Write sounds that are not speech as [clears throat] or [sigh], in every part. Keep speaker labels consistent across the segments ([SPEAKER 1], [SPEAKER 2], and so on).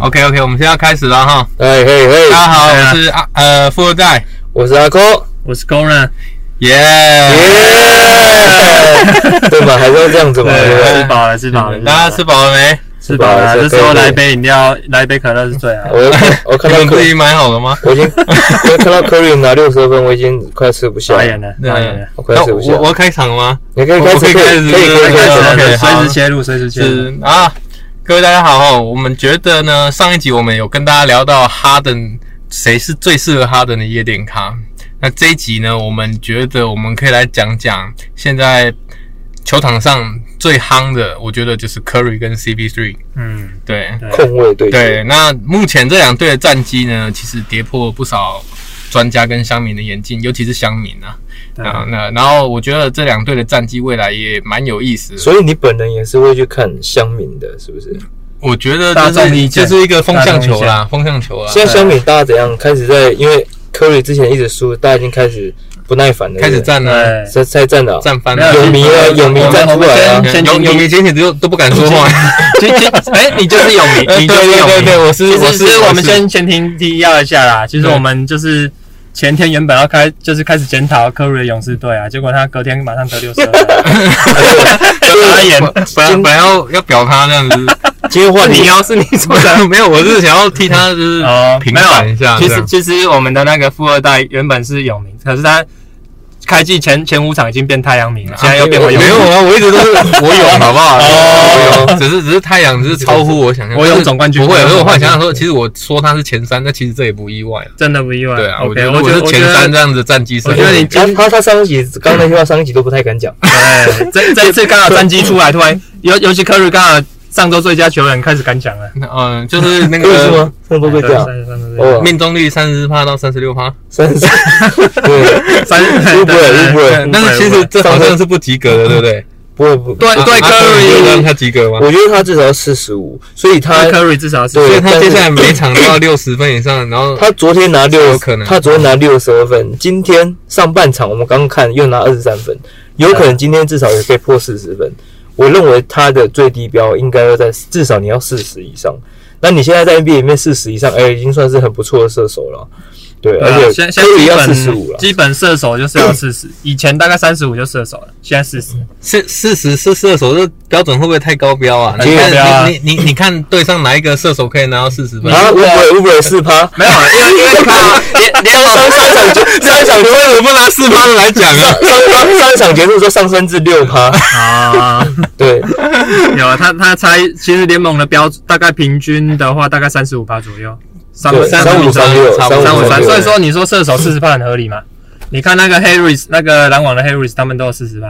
[SPEAKER 1] OK OK，我们现在要开始了哈。
[SPEAKER 2] 哎嘿嘿，
[SPEAKER 1] 大家好，我是啊呃富二代，
[SPEAKER 2] 我是阿扣，
[SPEAKER 3] 我是 Goran，
[SPEAKER 1] 耶、
[SPEAKER 2] 耶，对吧？还是要这样子嘛，对不
[SPEAKER 1] 对
[SPEAKER 3] 吃
[SPEAKER 2] 对？
[SPEAKER 3] 饱了，吃饱了，
[SPEAKER 1] 大家吃饱了没？
[SPEAKER 3] 吃饱了，
[SPEAKER 2] 吃饱了
[SPEAKER 3] 这时候来杯饮料，来一杯可乐是最好的。
[SPEAKER 2] 我又看我看
[SPEAKER 1] 你
[SPEAKER 2] 到
[SPEAKER 1] 们自
[SPEAKER 2] Curry，
[SPEAKER 1] 己买好了吗？
[SPEAKER 2] 我已经我看到 Curry 拿六十二分，我已经快吃不下
[SPEAKER 3] 傻眼
[SPEAKER 2] 了。
[SPEAKER 3] 了，
[SPEAKER 1] 对
[SPEAKER 3] 傻眼了。
[SPEAKER 2] 我快
[SPEAKER 1] 哎那
[SPEAKER 2] 吃不
[SPEAKER 1] 我
[SPEAKER 2] 下
[SPEAKER 1] 我
[SPEAKER 2] 了。
[SPEAKER 1] 要开场了吗？
[SPEAKER 2] 你可以
[SPEAKER 1] 我
[SPEAKER 2] 开始，
[SPEAKER 1] 我可以
[SPEAKER 2] 可
[SPEAKER 1] 开
[SPEAKER 2] 以
[SPEAKER 1] 始
[SPEAKER 2] 可以可以
[SPEAKER 1] 对
[SPEAKER 3] 开
[SPEAKER 2] 开始。
[SPEAKER 3] 始了，
[SPEAKER 1] OK，
[SPEAKER 3] 啊可以随
[SPEAKER 1] 好
[SPEAKER 3] 时切入，随时切入。
[SPEAKER 1] 是啊，各位大家好哈。我们觉得呢，上一集我们有跟大家聊到哈登谁是最适合哈登的夜店咖。那这一集呢，我们觉得我们可以来讲讲现在球场上最夯的，我觉得就是 Curry 跟 CP3。
[SPEAKER 3] 嗯，
[SPEAKER 1] 对
[SPEAKER 3] 对，
[SPEAKER 2] 空位对决，
[SPEAKER 1] 对，那目前这两队的战绩呢，其实跌破不少专家跟乡民的眼镜，尤其是乡民啊。
[SPEAKER 3] 对
[SPEAKER 1] 啊，那然后我觉得这两队的战绩未来也蛮有意思的。
[SPEAKER 2] 所以你本人也是会去看乡民的，是不是？
[SPEAKER 1] 我觉得
[SPEAKER 3] 大
[SPEAKER 1] 就
[SPEAKER 3] 众
[SPEAKER 1] 是
[SPEAKER 3] 意见
[SPEAKER 1] 就是一个风向球啦，风向球啦，啊
[SPEAKER 2] 现在乡民大家怎样开始在？因为 Curry 之前一直输，大家已经开始不耐烦了，
[SPEAKER 1] 开始
[SPEAKER 2] 对
[SPEAKER 1] 站了，
[SPEAKER 2] 不
[SPEAKER 3] 对，
[SPEAKER 2] 对，在啊在站了。
[SPEAKER 1] 站翻
[SPEAKER 3] 没
[SPEAKER 1] 了。
[SPEAKER 2] 有迷了，有迷站出来
[SPEAKER 3] 我
[SPEAKER 2] 啊
[SPEAKER 3] 们！先
[SPEAKER 1] 有
[SPEAKER 3] 先
[SPEAKER 1] 有名前前都都不敢说话，
[SPEAKER 3] 今今哎，你就是有 [laughs] 名，
[SPEAKER 1] 呃
[SPEAKER 3] 你就
[SPEAKER 1] 对
[SPEAKER 3] 是
[SPEAKER 1] 对
[SPEAKER 3] 有
[SPEAKER 1] 对
[SPEAKER 3] 名。
[SPEAKER 1] 对，我是
[SPEAKER 3] 其
[SPEAKER 1] 我
[SPEAKER 3] 实
[SPEAKER 1] 是
[SPEAKER 3] 是我
[SPEAKER 1] 是
[SPEAKER 3] 们先前庭提要一下啦，其实
[SPEAKER 1] 对
[SPEAKER 3] 我们就是前天原本要开就是开始检讨科瑞勇士队啊，结果他隔天马上得六十 [laughs] 二，傻眼。
[SPEAKER 1] 本来本来要要表他这样子，
[SPEAKER 2] 今天换
[SPEAKER 1] 你要是你说的 [laughs] 没有，我是想要替他
[SPEAKER 3] [laughs]
[SPEAKER 1] 就是
[SPEAKER 3] 哦，
[SPEAKER 1] 平
[SPEAKER 3] 没
[SPEAKER 1] 反一下
[SPEAKER 3] 有，其
[SPEAKER 1] 这
[SPEAKER 3] 实
[SPEAKER 1] 样
[SPEAKER 3] 其实我们的那个富二代原本是永明，可是他开季前前五场已经变太阳明了，现在又变回永
[SPEAKER 1] 没
[SPEAKER 3] 明。
[SPEAKER 1] 有啊，我一直都是我有，好不好？
[SPEAKER 3] 哦
[SPEAKER 1] 我有，只是只是太阳只是超乎我想象，
[SPEAKER 3] 我有
[SPEAKER 1] 就是
[SPEAKER 3] 总冠军
[SPEAKER 1] 不会。
[SPEAKER 3] 我有
[SPEAKER 1] 如果
[SPEAKER 3] 总
[SPEAKER 1] 换
[SPEAKER 3] 冠军
[SPEAKER 1] 想想说，其实我说他是前三，那其实这也不意外啊。
[SPEAKER 3] 真的不意外。
[SPEAKER 1] 对啊，我觉
[SPEAKER 3] OK，
[SPEAKER 1] 得
[SPEAKER 3] 我
[SPEAKER 1] 如果是
[SPEAKER 3] 我
[SPEAKER 1] 前
[SPEAKER 3] 觉得
[SPEAKER 1] 三这样子的战绩，
[SPEAKER 3] 我觉得你
[SPEAKER 2] 他他他上一集刚刚那句话，上一集都不太敢讲。
[SPEAKER 1] 啊
[SPEAKER 3] 对，这这一次刚好战绩出来，突然尤尤其科瑞刚好上周最佳球员开始敢讲了，
[SPEAKER 1] 嗯，就是那
[SPEAKER 2] 可以是
[SPEAKER 1] 个
[SPEAKER 2] 吗？上周对
[SPEAKER 3] 对
[SPEAKER 2] 讲，
[SPEAKER 3] 上 [laughs] 上
[SPEAKER 2] 哦，
[SPEAKER 1] 命中率三十趴到三十六趴，
[SPEAKER 2] 三 [laughs] 十，对，
[SPEAKER 3] 三
[SPEAKER 2] 乌龟乌龟
[SPEAKER 1] 对，但是其实这好像是不及格的，对不对？
[SPEAKER 2] 不会不，
[SPEAKER 3] 对对
[SPEAKER 1] 啊啊你觉得
[SPEAKER 3] Curry，
[SPEAKER 1] 他及格吗？
[SPEAKER 2] 我觉得他至少要四十五，所以他
[SPEAKER 3] 对 Curry 至少是
[SPEAKER 1] 所以
[SPEAKER 2] 对
[SPEAKER 1] 他
[SPEAKER 2] 但
[SPEAKER 1] 接
[SPEAKER 2] 是
[SPEAKER 1] 下来每场都要六十分以上，然后
[SPEAKER 2] 他昨天拿
[SPEAKER 1] 是有
[SPEAKER 2] 六
[SPEAKER 1] 可能，
[SPEAKER 2] 他昨天拿六十二分，今天上半场我们刚看又拿二十三分，有可能今天至少也可以破四十分。我认为他的最低标应该要在至少你要四十以上。那你现在在 NBA 里面四十以上，哎、已经算是很不错的射手了。对，
[SPEAKER 3] 对啊
[SPEAKER 2] 而且
[SPEAKER 3] 现在
[SPEAKER 2] 科里
[SPEAKER 3] 现
[SPEAKER 2] 要
[SPEAKER 3] 在
[SPEAKER 2] 四
[SPEAKER 3] 基
[SPEAKER 2] 十五了
[SPEAKER 3] 本。基本射手就是要四十，以前大概三十五就射手了，现在四十。
[SPEAKER 1] 四四十是射手，这标准会不会太高标啊？
[SPEAKER 3] 太
[SPEAKER 1] 你
[SPEAKER 3] 高标啊
[SPEAKER 1] 看你你你你看对上哪一个射手可以拿到四十分？
[SPEAKER 2] 啊，乌龟乌龟四趴，
[SPEAKER 3] 没有，因为因为你看啊， [laughs] 连连
[SPEAKER 2] [laughs] 上上场就上场就
[SPEAKER 1] 为什么不拿四趴的来讲啊？
[SPEAKER 2] 上上上场结束说上升至六趴，
[SPEAKER 3] 啊，
[SPEAKER 2] 对，
[SPEAKER 3] [laughs] 有啊，他他猜，其实联盟的标准大概平均的话，大概三十五趴左右，三
[SPEAKER 2] 对
[SPEAKER 3] 三
[SPEAKER 2] 三五
[SPEAKER 3] 三
[SPEAKER 2] 三六，
[SPEAKER 1] 差不多
[SPEAKER 3] 三
[SPEAKER 2] 五
[SPEAKER 3] 五
[SPEAKER 2] 三
[SPEAKER 3] 三，
[SPEAKER 2] 六，
[SPEAKER 3] 所以说你说射手四十趴很合理嘛？你看那个 Harris，那个篮网的 Harris，他们都有四十趴，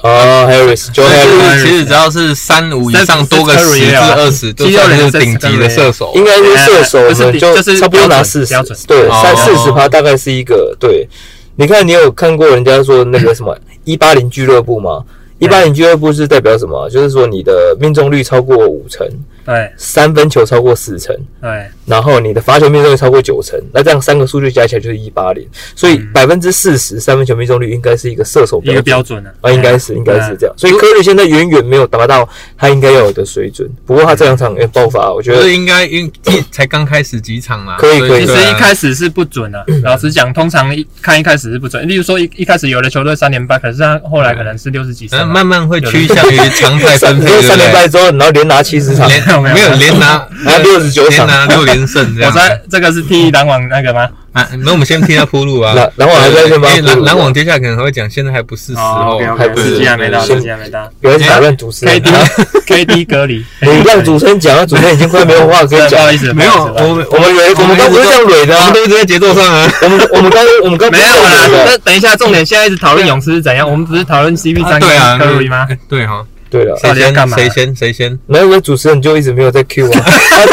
[SPEAKER 2] 啊，Harris，Joe
[SPEAKER 1] 就
[SPEAKER 2] Harris，
[SPEAKER 1] 是其实只要是三五以上多个十至二十，就算是顶级的射手。
[SPEAKER 2] 应该是射手，我们
[SPEAKER 3] 呃不是
[SPEAKER 2] 就
[SPEAKER 3] 比
[SPEAKER 2] 差不多拿
[SPEAKER 3] 就
[SPEAKER 2] 四
[SPEAKER 3] 是
[SPEAKER 2] 十
[SPEAKER 3] 标准，
[SPEAKER 2] 对，
[SPEAKER 1] 哦
[SPEAKER 2] 三四十趴大概是一个对。你看，你有看过人家说那个什么一八零俱乐部吗？一八零俱乐部是代表什么？就是说你的命中率超过五成，
[SPEAKER 3] 对
[SPEAKER 2] 三分球超过四成，
[SPEAKER 3] 对，
[SPEAKER 2] 然后你的罚球命中率超过九成，那这样三个数据加起来就是一八零，所以
[SPEAKER 3] 嗯
[SPEAKER 2] 百分之四十三分球命中率应该是一个射手
[SPEAKER 3] 一
[SPEAKER 2] 标
[SPEAKER 3] 个
[SPEAKER 2] 准。
[SPEAKER 3] 标准啊，
[SPEAKER 2] 啊，应该是应该是这样，所以科瑞现在远远没有达到他应该要有的水准。不过他这两场也爆发，我觉
[SPEAKER 1] 觉
[SPEAKER 2] 得
[SPEAKER 1] 得应该因才刚开始几场啦，
[SPEAKER 2] 可以
[SPEAKER 1] 所
[SPEAKER 2] 可以
[SPEAKER 3] 其
[SPEAKER 1] 对
[SPEAKER 3] 实一
[SPEAKER 1] 啊
[SPEAKER 3] 开始是不准啊，老实讲，通常一看一开始是不准。例如说一一开始有的球队三连败，可是他后来可能是六十几胜
[SPEAKER 1] 呃
[SPEAKER 3] 啊，
[SPEAKER 1] 慢慢会趋向于常态
[SPEAKER 2] 三
[SPEAKER 1] 分
[SPEAKER 2] 你
[SPEAKER 1] 配，
[SPEAKER 2] 说
[SPEAKER 1] 对不
[SPEAKER 2] 三连
[SPEAKER 1] 对？
[SPEAKER 2] 败之后，然后连拿七十场，
[SPEAKER 1] 连没有连拿
[SPEAKER 2] 拿69
[SPEAKER 1] 连拿六连胜这
[SPEAKER 3] 我
[SPEAKER 1] 样。
[SPEAKER 3] 在这个是替篮网那个吗？
[SPEAKER 1] 啊，那我们先听他铺路啊。
[SPEAKER 2] 篮篮网还在先帮他
[SPEAKER 1] 因为篮
[SPEAKER 2] 铺路
[SPEAKER 1] 篮网接下来可能还会讲，现在还不是时候，
[SPEAKER 2] 还不是
[SPEAKER 3] 哦时机还没到，
[SPEAKER 2] 先
[SPEAKER 3] 时机还没到。
[SPEAKER 2] 不要去打乱主持人
[SPEAKER 3] K D
[SPEAKER 1] [laughs]
[SPEAKER 2] 啊。
[SPEAKER 3] [laughs] K D 隔离，
[SPEAKER 2] 你让主持人讲，啊主持人已经快没有话可以
[SPEAKER 1] [laughs]
[SPEAKER 3] 对不
[SPEAKER 2] 讲
[SPEAKER 3] 好。意思，
[SPEAKER 1] 没有
[SPEAKER 3] 不好意思
[SPEAKER 1] 我们
[SPEAKER 2] 我们蕊，我们刚不是这样蕊的
[SPEAKER 1] 我
[SPEAKER 2] 啊
[SPEAKER 1] 们，都一直在节奏上啊。
[SPEAKER 2] 我们我们刚我们刚
[SPEAKER 3] 没有啦。
[SPEAKER 2] 了。
[SPEAKER 3] 那等一下，重点现在一直讨论勇士是怎样，我们不是讨论 C P
[SPEAKER 1] 啊
[SPEAKER 3] 三
[SPEAKER 1] 对啊，
[SPEAKER 3] 跟科瑞吗？？
[SPEAKER 1] 对哈，
[SPEAKER 2] 对了，
[SPEAKER 1] 谁
[SPEAKER 3] 到底要
[SPEAKER 1] 先
[SPEAKER 3] 干嘛
[SPEAKER 1] 谁先谁先？
[SPEAKER 2] 难怪主持人就一直没有在 Q
[SPEAKER 1] [laughs]
[SPEAKER 2] 啊。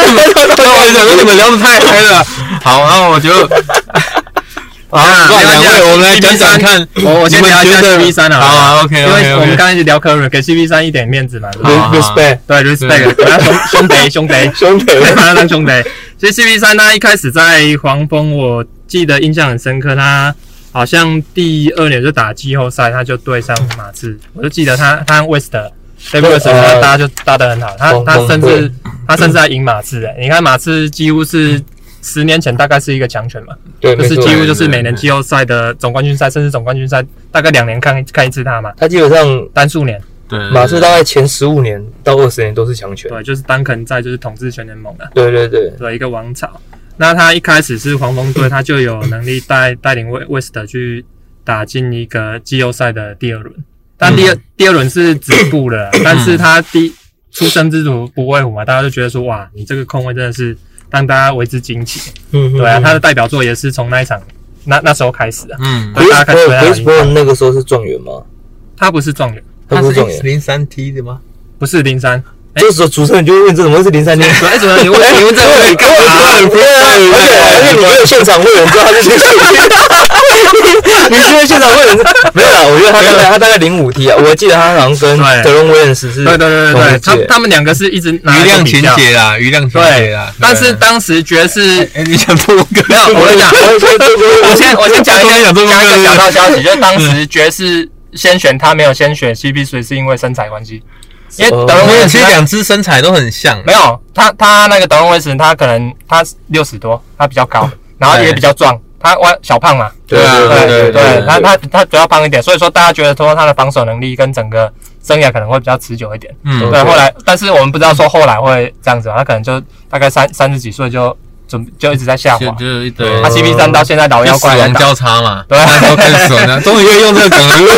[SPEAKER 1] 那我想说
[SPEAKER 2] [laughs]
[SPEAKER 1] 你们聊得太嗨
[SPEAKER 3] [laughs]
[SPEAKER 1] 了。好，那我就好，
[SPEAKER 3] 没
[SPEAKER 1] 两
[SPEAKER 3] 关系啊
[SPEAKER 1] 位，我们来讲讲看。
[SPEAKER 3] 我我先聊一下
[SPEAKER 1] 你们觉
[SPEAKER 3] C
[SPEAKER 1] 得
[SPEAKER 3] P 三
[SPEAKER 1] 好
[SPEAKER 3] 啊，
[SPEAKER 1] 啊，OK
[SPEAKER 3] 因为
[SPEAKER 1] OK
[SPEAKER 3] 我们
[SPEAKER 1] OK。
[SPEAKER 3] 刚才一直聊科瑞，给 C P 三一点面子嘛。对不对
[SPEAKER 1] 好啊
[SPEAKER 2] Respect，
[SPEAKER 3] 对
[SPEAKER 1] 对
[SPEAKER 3] ，respect，给他兄兄弟兄弟。
[SPEAKER 1] [laughs]
[SPEAKER 2] 兄
[SPEAKER 3] [laughs]
[SPEAKER 2] 弟，
[SPEAKER 3] 对，把他当兄弟。所以 CP 三他一开始在黄蜂，我记得印象很深刻，他好像第二年就打季后赛，他就对上马刺，我就记得他他和 West 对 West，
[SPEAKER 2] 呃
[SPEAKER 3] 他搭就搭得很好，他
[SPEAKER 2] 黄蜂
[SPEAKER 3] 他甚至他甚至还赢马刺、欸。你看马刺几乎是十年前大概是一个强权嘛，
[SPEAKER 2] 对，
[SPEAKER 3] 就是
[SPEAKER 2] 没错
[SPEAKER 3] 几乎就是每年季后赛的总冠军赛，甚至总冠军赛大概两年看看一次他嘛，
[SPEAKER 2] 他基本上
[SPEAKER 3] 单数年。
[SPEAKER 1] 对，对
[SPEAKER 2] 马刺大概前十五年到二十年都是强权，
[SPEAKER 3] 对，就是丹肯在就是统治全联盟的、
[SPEAKER 2] 对对对，
[SPEAKER 3] 的一个王朝。那他一开始是黄蜂队，他就有能力带带领威威斯特去打进一个季后赛的第二轮。但第二、第二轮是止步 [clears throat] 了啦，但是他第出生之犊不畏虎嘛，大家就觉得说哇，你这个空位真的是让大家为之惊奇。
[SPEAKER 2] 嗯，
[SPEAKER 3] 对啊，他
[SPEAKER 2] 的
[SPEAKER 3] 的代表作也是从那一场那那时候开始啊。
[SPEAKER 1] 嗯，
[SPEAKER 3] 对
[SPEAKER 2] Chris
[SPEAKER 3] 大家看出
[SPEAKER 2] Paul
[SPEAKER 3] 来他
[SPEAKER 2] Chris
[SPEAKER 3] 赢
[SPEAKER 2] Paul 那个时候是状元吗？
[SPEAKER 3] 他不是状元，
[SPEAKER 2] 他
[SPEAKER 1] 他
[SPEAKER 2] 不是
[SPEAKER 1] 是
[SPEAKER 2] 状元，
[SPEAKER 1] 零三 T 的吗？
[SPEAKER 3] 不是零三。哎
[SPEAKER 2] 这时候主持人就会问这怎么会是零三年？
[SPEAKER 3] 哎，主任，你问你问这个问题干嘛？
[SPEAKER 2] 不要，而且而且你没有现场会有人知道他是谁。你觉得现场会有人知道没有啦？我觉得他大概他大概零五 T 啊，我记得他好像跟
[SPEAKER 3] 对
[SPEAKER 2] 德隆威廉斯是
[SPEAKER 3] 对对对
[SPEAKER 2] 同
[SPEAKER 3] 对
[SPEAKER 2] 一
[SPEAKER 3] 对，他
[SPEAKER 2] 届
[SPEAKER 3] 他们两个是一直拿
[SPEAKER 1] 余
[SPEAKER 3] 来做
[SPEAKER 1] 量
[SPEAKER 3] 比
[SPEAKER 1] 情
[SPEAKER 3] 较。
[SPEAKER 1] 节啦，余量情节
[SPEAKER 3] 对啊
[SPEAKER 1] 啦。，
[SPEAKER 3] 但是当时爵士
[SPEAKER 1] 哎，你想做歌？
[SPEAKER 3] 没有，我跟你讲，我先我先讲一
[SPEAKER 1] 我 [laughs]
[SPEAKER 3] 个
[SPEAKER 1] 想做
[SPEAKER 3] 讲一个
[SPEAKER 1] 功课
[SPEAKER 3] 小道消息，就是当
[SPEAKER 1] 嗯
[SPEAKER 3] 时爵士先选他，没有先选 CP 水，是因为身材关系，因为
[SPEAKER 2] 哦
[SPEAKER 3] 德隆
[SPEAKER 1] 没
[SPEAKER 3] 威
[SPEAKER 1] 有，
[SPEAKER 3] 尔
[SPEAKER 1] 其
[SPEAKER 3] 斯
[SPEAKER 1] 实
[SPEAKER 3] 他
[SPEAKER 1] 两只身材都很像。
[SPEAKER 3] 没有他他那个德隆威尔斯他可能他六十多，他比较高， [laughs] 然后也比较壮，他弯小胖嘛，
[SPEAKER 2] 对
[SPEAKER 1] 嗯对
[SPEAKER 2] 对
[SPEAKER 1] 对
[SPEAKER 3] 对
[SPEAKER 2] 他
[SPEAKER 3] 他他他比较胖一点，所以说大家觉得说他的防守能力跟整个生涯可能会比较持久一点。
[SPEAKER 1] 嗯，
[SPEAKER 3] 对，
[SPEAKER 2] OK
[SPEAKER 3] 后来，但是我们不知道说后来会这样子嘛，他可能就大概三三十几岁就准就一直在下
[SPEAKER 1] 就
[SPEAKER 3] 滑。
[SPEAKER 1] 就一堆
[SPEAKER 3] 他 CP 三到现在老
[SPEAKER 1] 就
[SPEAKER 3] 妖
[SPEAKER 1] 死
[SPEAKER 3] 怪来
[SPEAKER 1] 亡
[SPEAKER 3] 打，
[SPEAKER 1] 交叉嘛，
[SPEAKER 3] 对
[SPEAKER 1] 那时候更爽了，终于可以用这个梗了，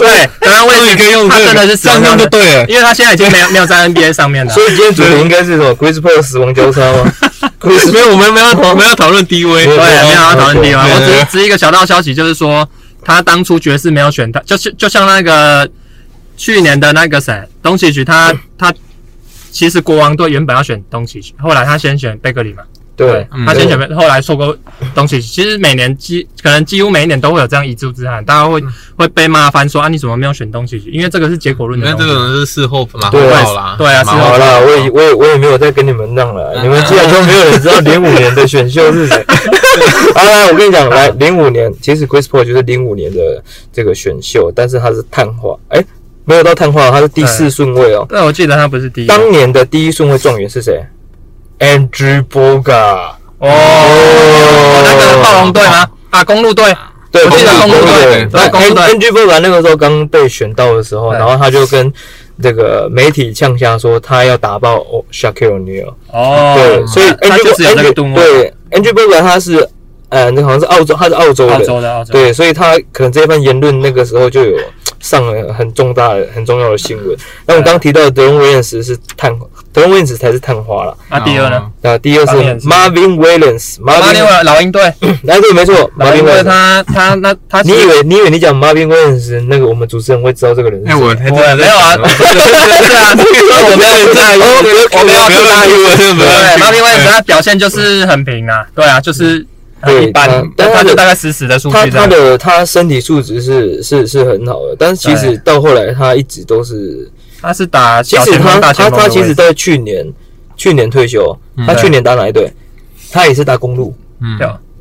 [SPEAKER 3] [laughs] 对，刚刚
[SPEAKER 1] 终于可以用
[SPEAKER 3] 他
[SPEAKER 1] 这个
[SPEAKER 3] 真
[SPEAKER 1] 梗，
[SPEAKER 3] 的是死
[SPEAKER 1] 这
[SPEAKER 3] 亡
[SPEAKER 1] 样
[SPEAKER 3] 交
[SPEAKER 1] 用
[SPEAKER 3] 叉
[SPEAKER 1] 就对了。
[SPEAKER 3] 因为他现在已经没有没有在 NBA 上面了。
[SPEAKER 2] 所以今天主题应该是什么？Chris Paul 死亡交叉吗？Chris
[SPEAKER 1] 没有，我们没有讨，我们要讨论 D V，
[SPEAKER 2] 对
[SPEAKER 3] 对，啊没有要讨论
[SPEAKER 2] OK，
[SPEAKER 3] D 嘛，
[SPEAKER 1] 对
[SPEAKER 3] 我
[SPEAKER 1] 对
[SPEAKER 3] 只
[SPEAKER 1] 对
[SPEAKER 3] 只一个小道消息，就是说他当初爵士没有选他，就是就像那个去年的那个谁东契奇，他他其实国王队原本要选东契奇，后来他先选贝克里嘛，
[SPEAKER 2] 对，
[SPEAKER 1] 嗯
[SPEAKER 3] 他先选，后来错过东契奇。其实每年几可能几乎每一年都会有这样一柱之寒，大家会、会被骂翻说啊你怎么没有选东契奇？因为这个是结果论的
[SPEAKER 1] 那
[SPEAKER 3] 东西。
[SPEAKER 1] 这种是事后马后
[SPEAKER 2] 对
[SPEAKER 1] 炮啦，
[SPEAKER 3] 嗯对啊
[SPEAKER 1] 马后
[SPEAKER 3] 事后
[SPEAKER 1] 炮
[SPEAKER 2] 好啦，我也我也我也没有在跟你们让了，
[SPEAKER 1] 嗯
[SPEAKER 2] 你们既然说没有人知道零五年的选秀是
[SPEAKER 3] [laughs]
[SPEAKER 2] 谁，好啦，我跟你讲，来零五年，其实 Chris Paul 就是零五年的这个选秀，但是他是碳化，哎、没有到碳化，他是第四顺位哦。
[SPEAKER 3] 对，我记得他不是第一。
[SPEAKER 2] 当年的第一顺位状元是谁？Andrew Boga。
[SPEAKER 3] 哦，
[SPEAKER 2] 哦
[SPEAKER 3] 那个暴龙队吗？啊，公路队。
[SPEAKER 2] 对，
[SPEAKER 3] 我记得
[SPEAKER 2] 公
[SPEAKER 3] 公
[SPEAKER 2] 路
[SPEAKER 3] 路
[SPEAKER 2] 队
[SPEAKER 1] 队，
[SPEAKER 2] 对
[SPEAKER 3] 对公路队
[SPEAKER 2] N G 波兰那个时候刚被选到的时候，
[SPEAKER 3] 对
[SPEAKER 2] 然后他就跟这个媒体呛下说他要打爆 Shaquille O'Neal，
[SPEAKER 3] 哦，
[SPEAKER 2] 对，所以
[SPEAKER 3] 他他就是有那个动物。
[SPEAKER 2] 对 n g 波兰他是呃，那好像是澳洲，他是澳洲
[SPEAKER 3] 澳
[SPEAKER 2] 人，
[SPEAKER 3] 洲的澳洲。
[SPEAKER 2] 对，所以他可能这番言论那个时候就有上了很重大的、很重要的新闻。那我们刚刚提到的德隆威廉斯是探，德隆威廉斯才是探花了。
[SPEAKER 3] 那第二呢？？
[SPEAKER 2] 那第二是
[SPEAKER 3] 当然是
[SPEAKER 2] Marvin Williams，Marvin，
[SPEAKER 3] 马里奥老鹰队，
[SPEAKER 2] 哎对，没错
[SPEAKER 3] 老
[SPEAKER 2] ，Marvin
[SPEAKER 3] 鹰队
[SPEAKER 2] Williams。
[SPEAKER 3] 他他那他
[SPEAKER 2] 你以为你以为你讲 Marvin Williams 那个我们主持人会知道这个人是谁？
[SPEAKER 1] 哎，
[SPEAKER 2] [laughs]
[SPEAKER 1] 我还真
[SPEAKER 3] 我
[SPEAKER 1] 的
[SPEAKER 3] 没有啊，对啊，我没有在意，我没有
[SPEAKER 1] 不要
[SPEAKER 3] 去
[SPEAKER 1] 拉
[SPEAKER 3] 大
[SPEAKER 1] 黑我，真的不要拉
[SPEAKER 3] 对，
[SPEAKER 1] 黑
[SPEAKER 3] 那另外一个他表现就是很平啊，对啊，就是很一般
[SPEAKER 2] 对他，但
[SPEAKER 3] 但
[SPEAKER 2] 他
[SPEAKER 3] 他
[SPEAKER 2] 的
[SPEAKER 3] 就大概死死的数
[SPEAKER 2] 他
[SPEAKER 3] 据这
[SPEAKER 2] 他
[SPEAKER 3] 样。
[SPEAKER 2] 的他身体素质是是是很好的，但是其实
[SPEAKER 3] 对
[SPEAKER 2] 到后来他一直都是，
[SPEAKER 3] 他是打
[SPEAKER 2] 其
[SPEAKER 3] 小
[SPEAKER 2] 实
[SPEAKER 3] 前锋、
[SPEAKER 2] 他
[SPEAKER 3] 大前
[SPEAKER 2] 他
[SPEAKER 3] 锋
[SPEAKER 2] 他
[SPEAKER 3] 的位置嗯
[SPEAKER 2] 其实在去年去年退休，他去年打哪一队？他也是打公路，
[SPEAKER 1] 嗯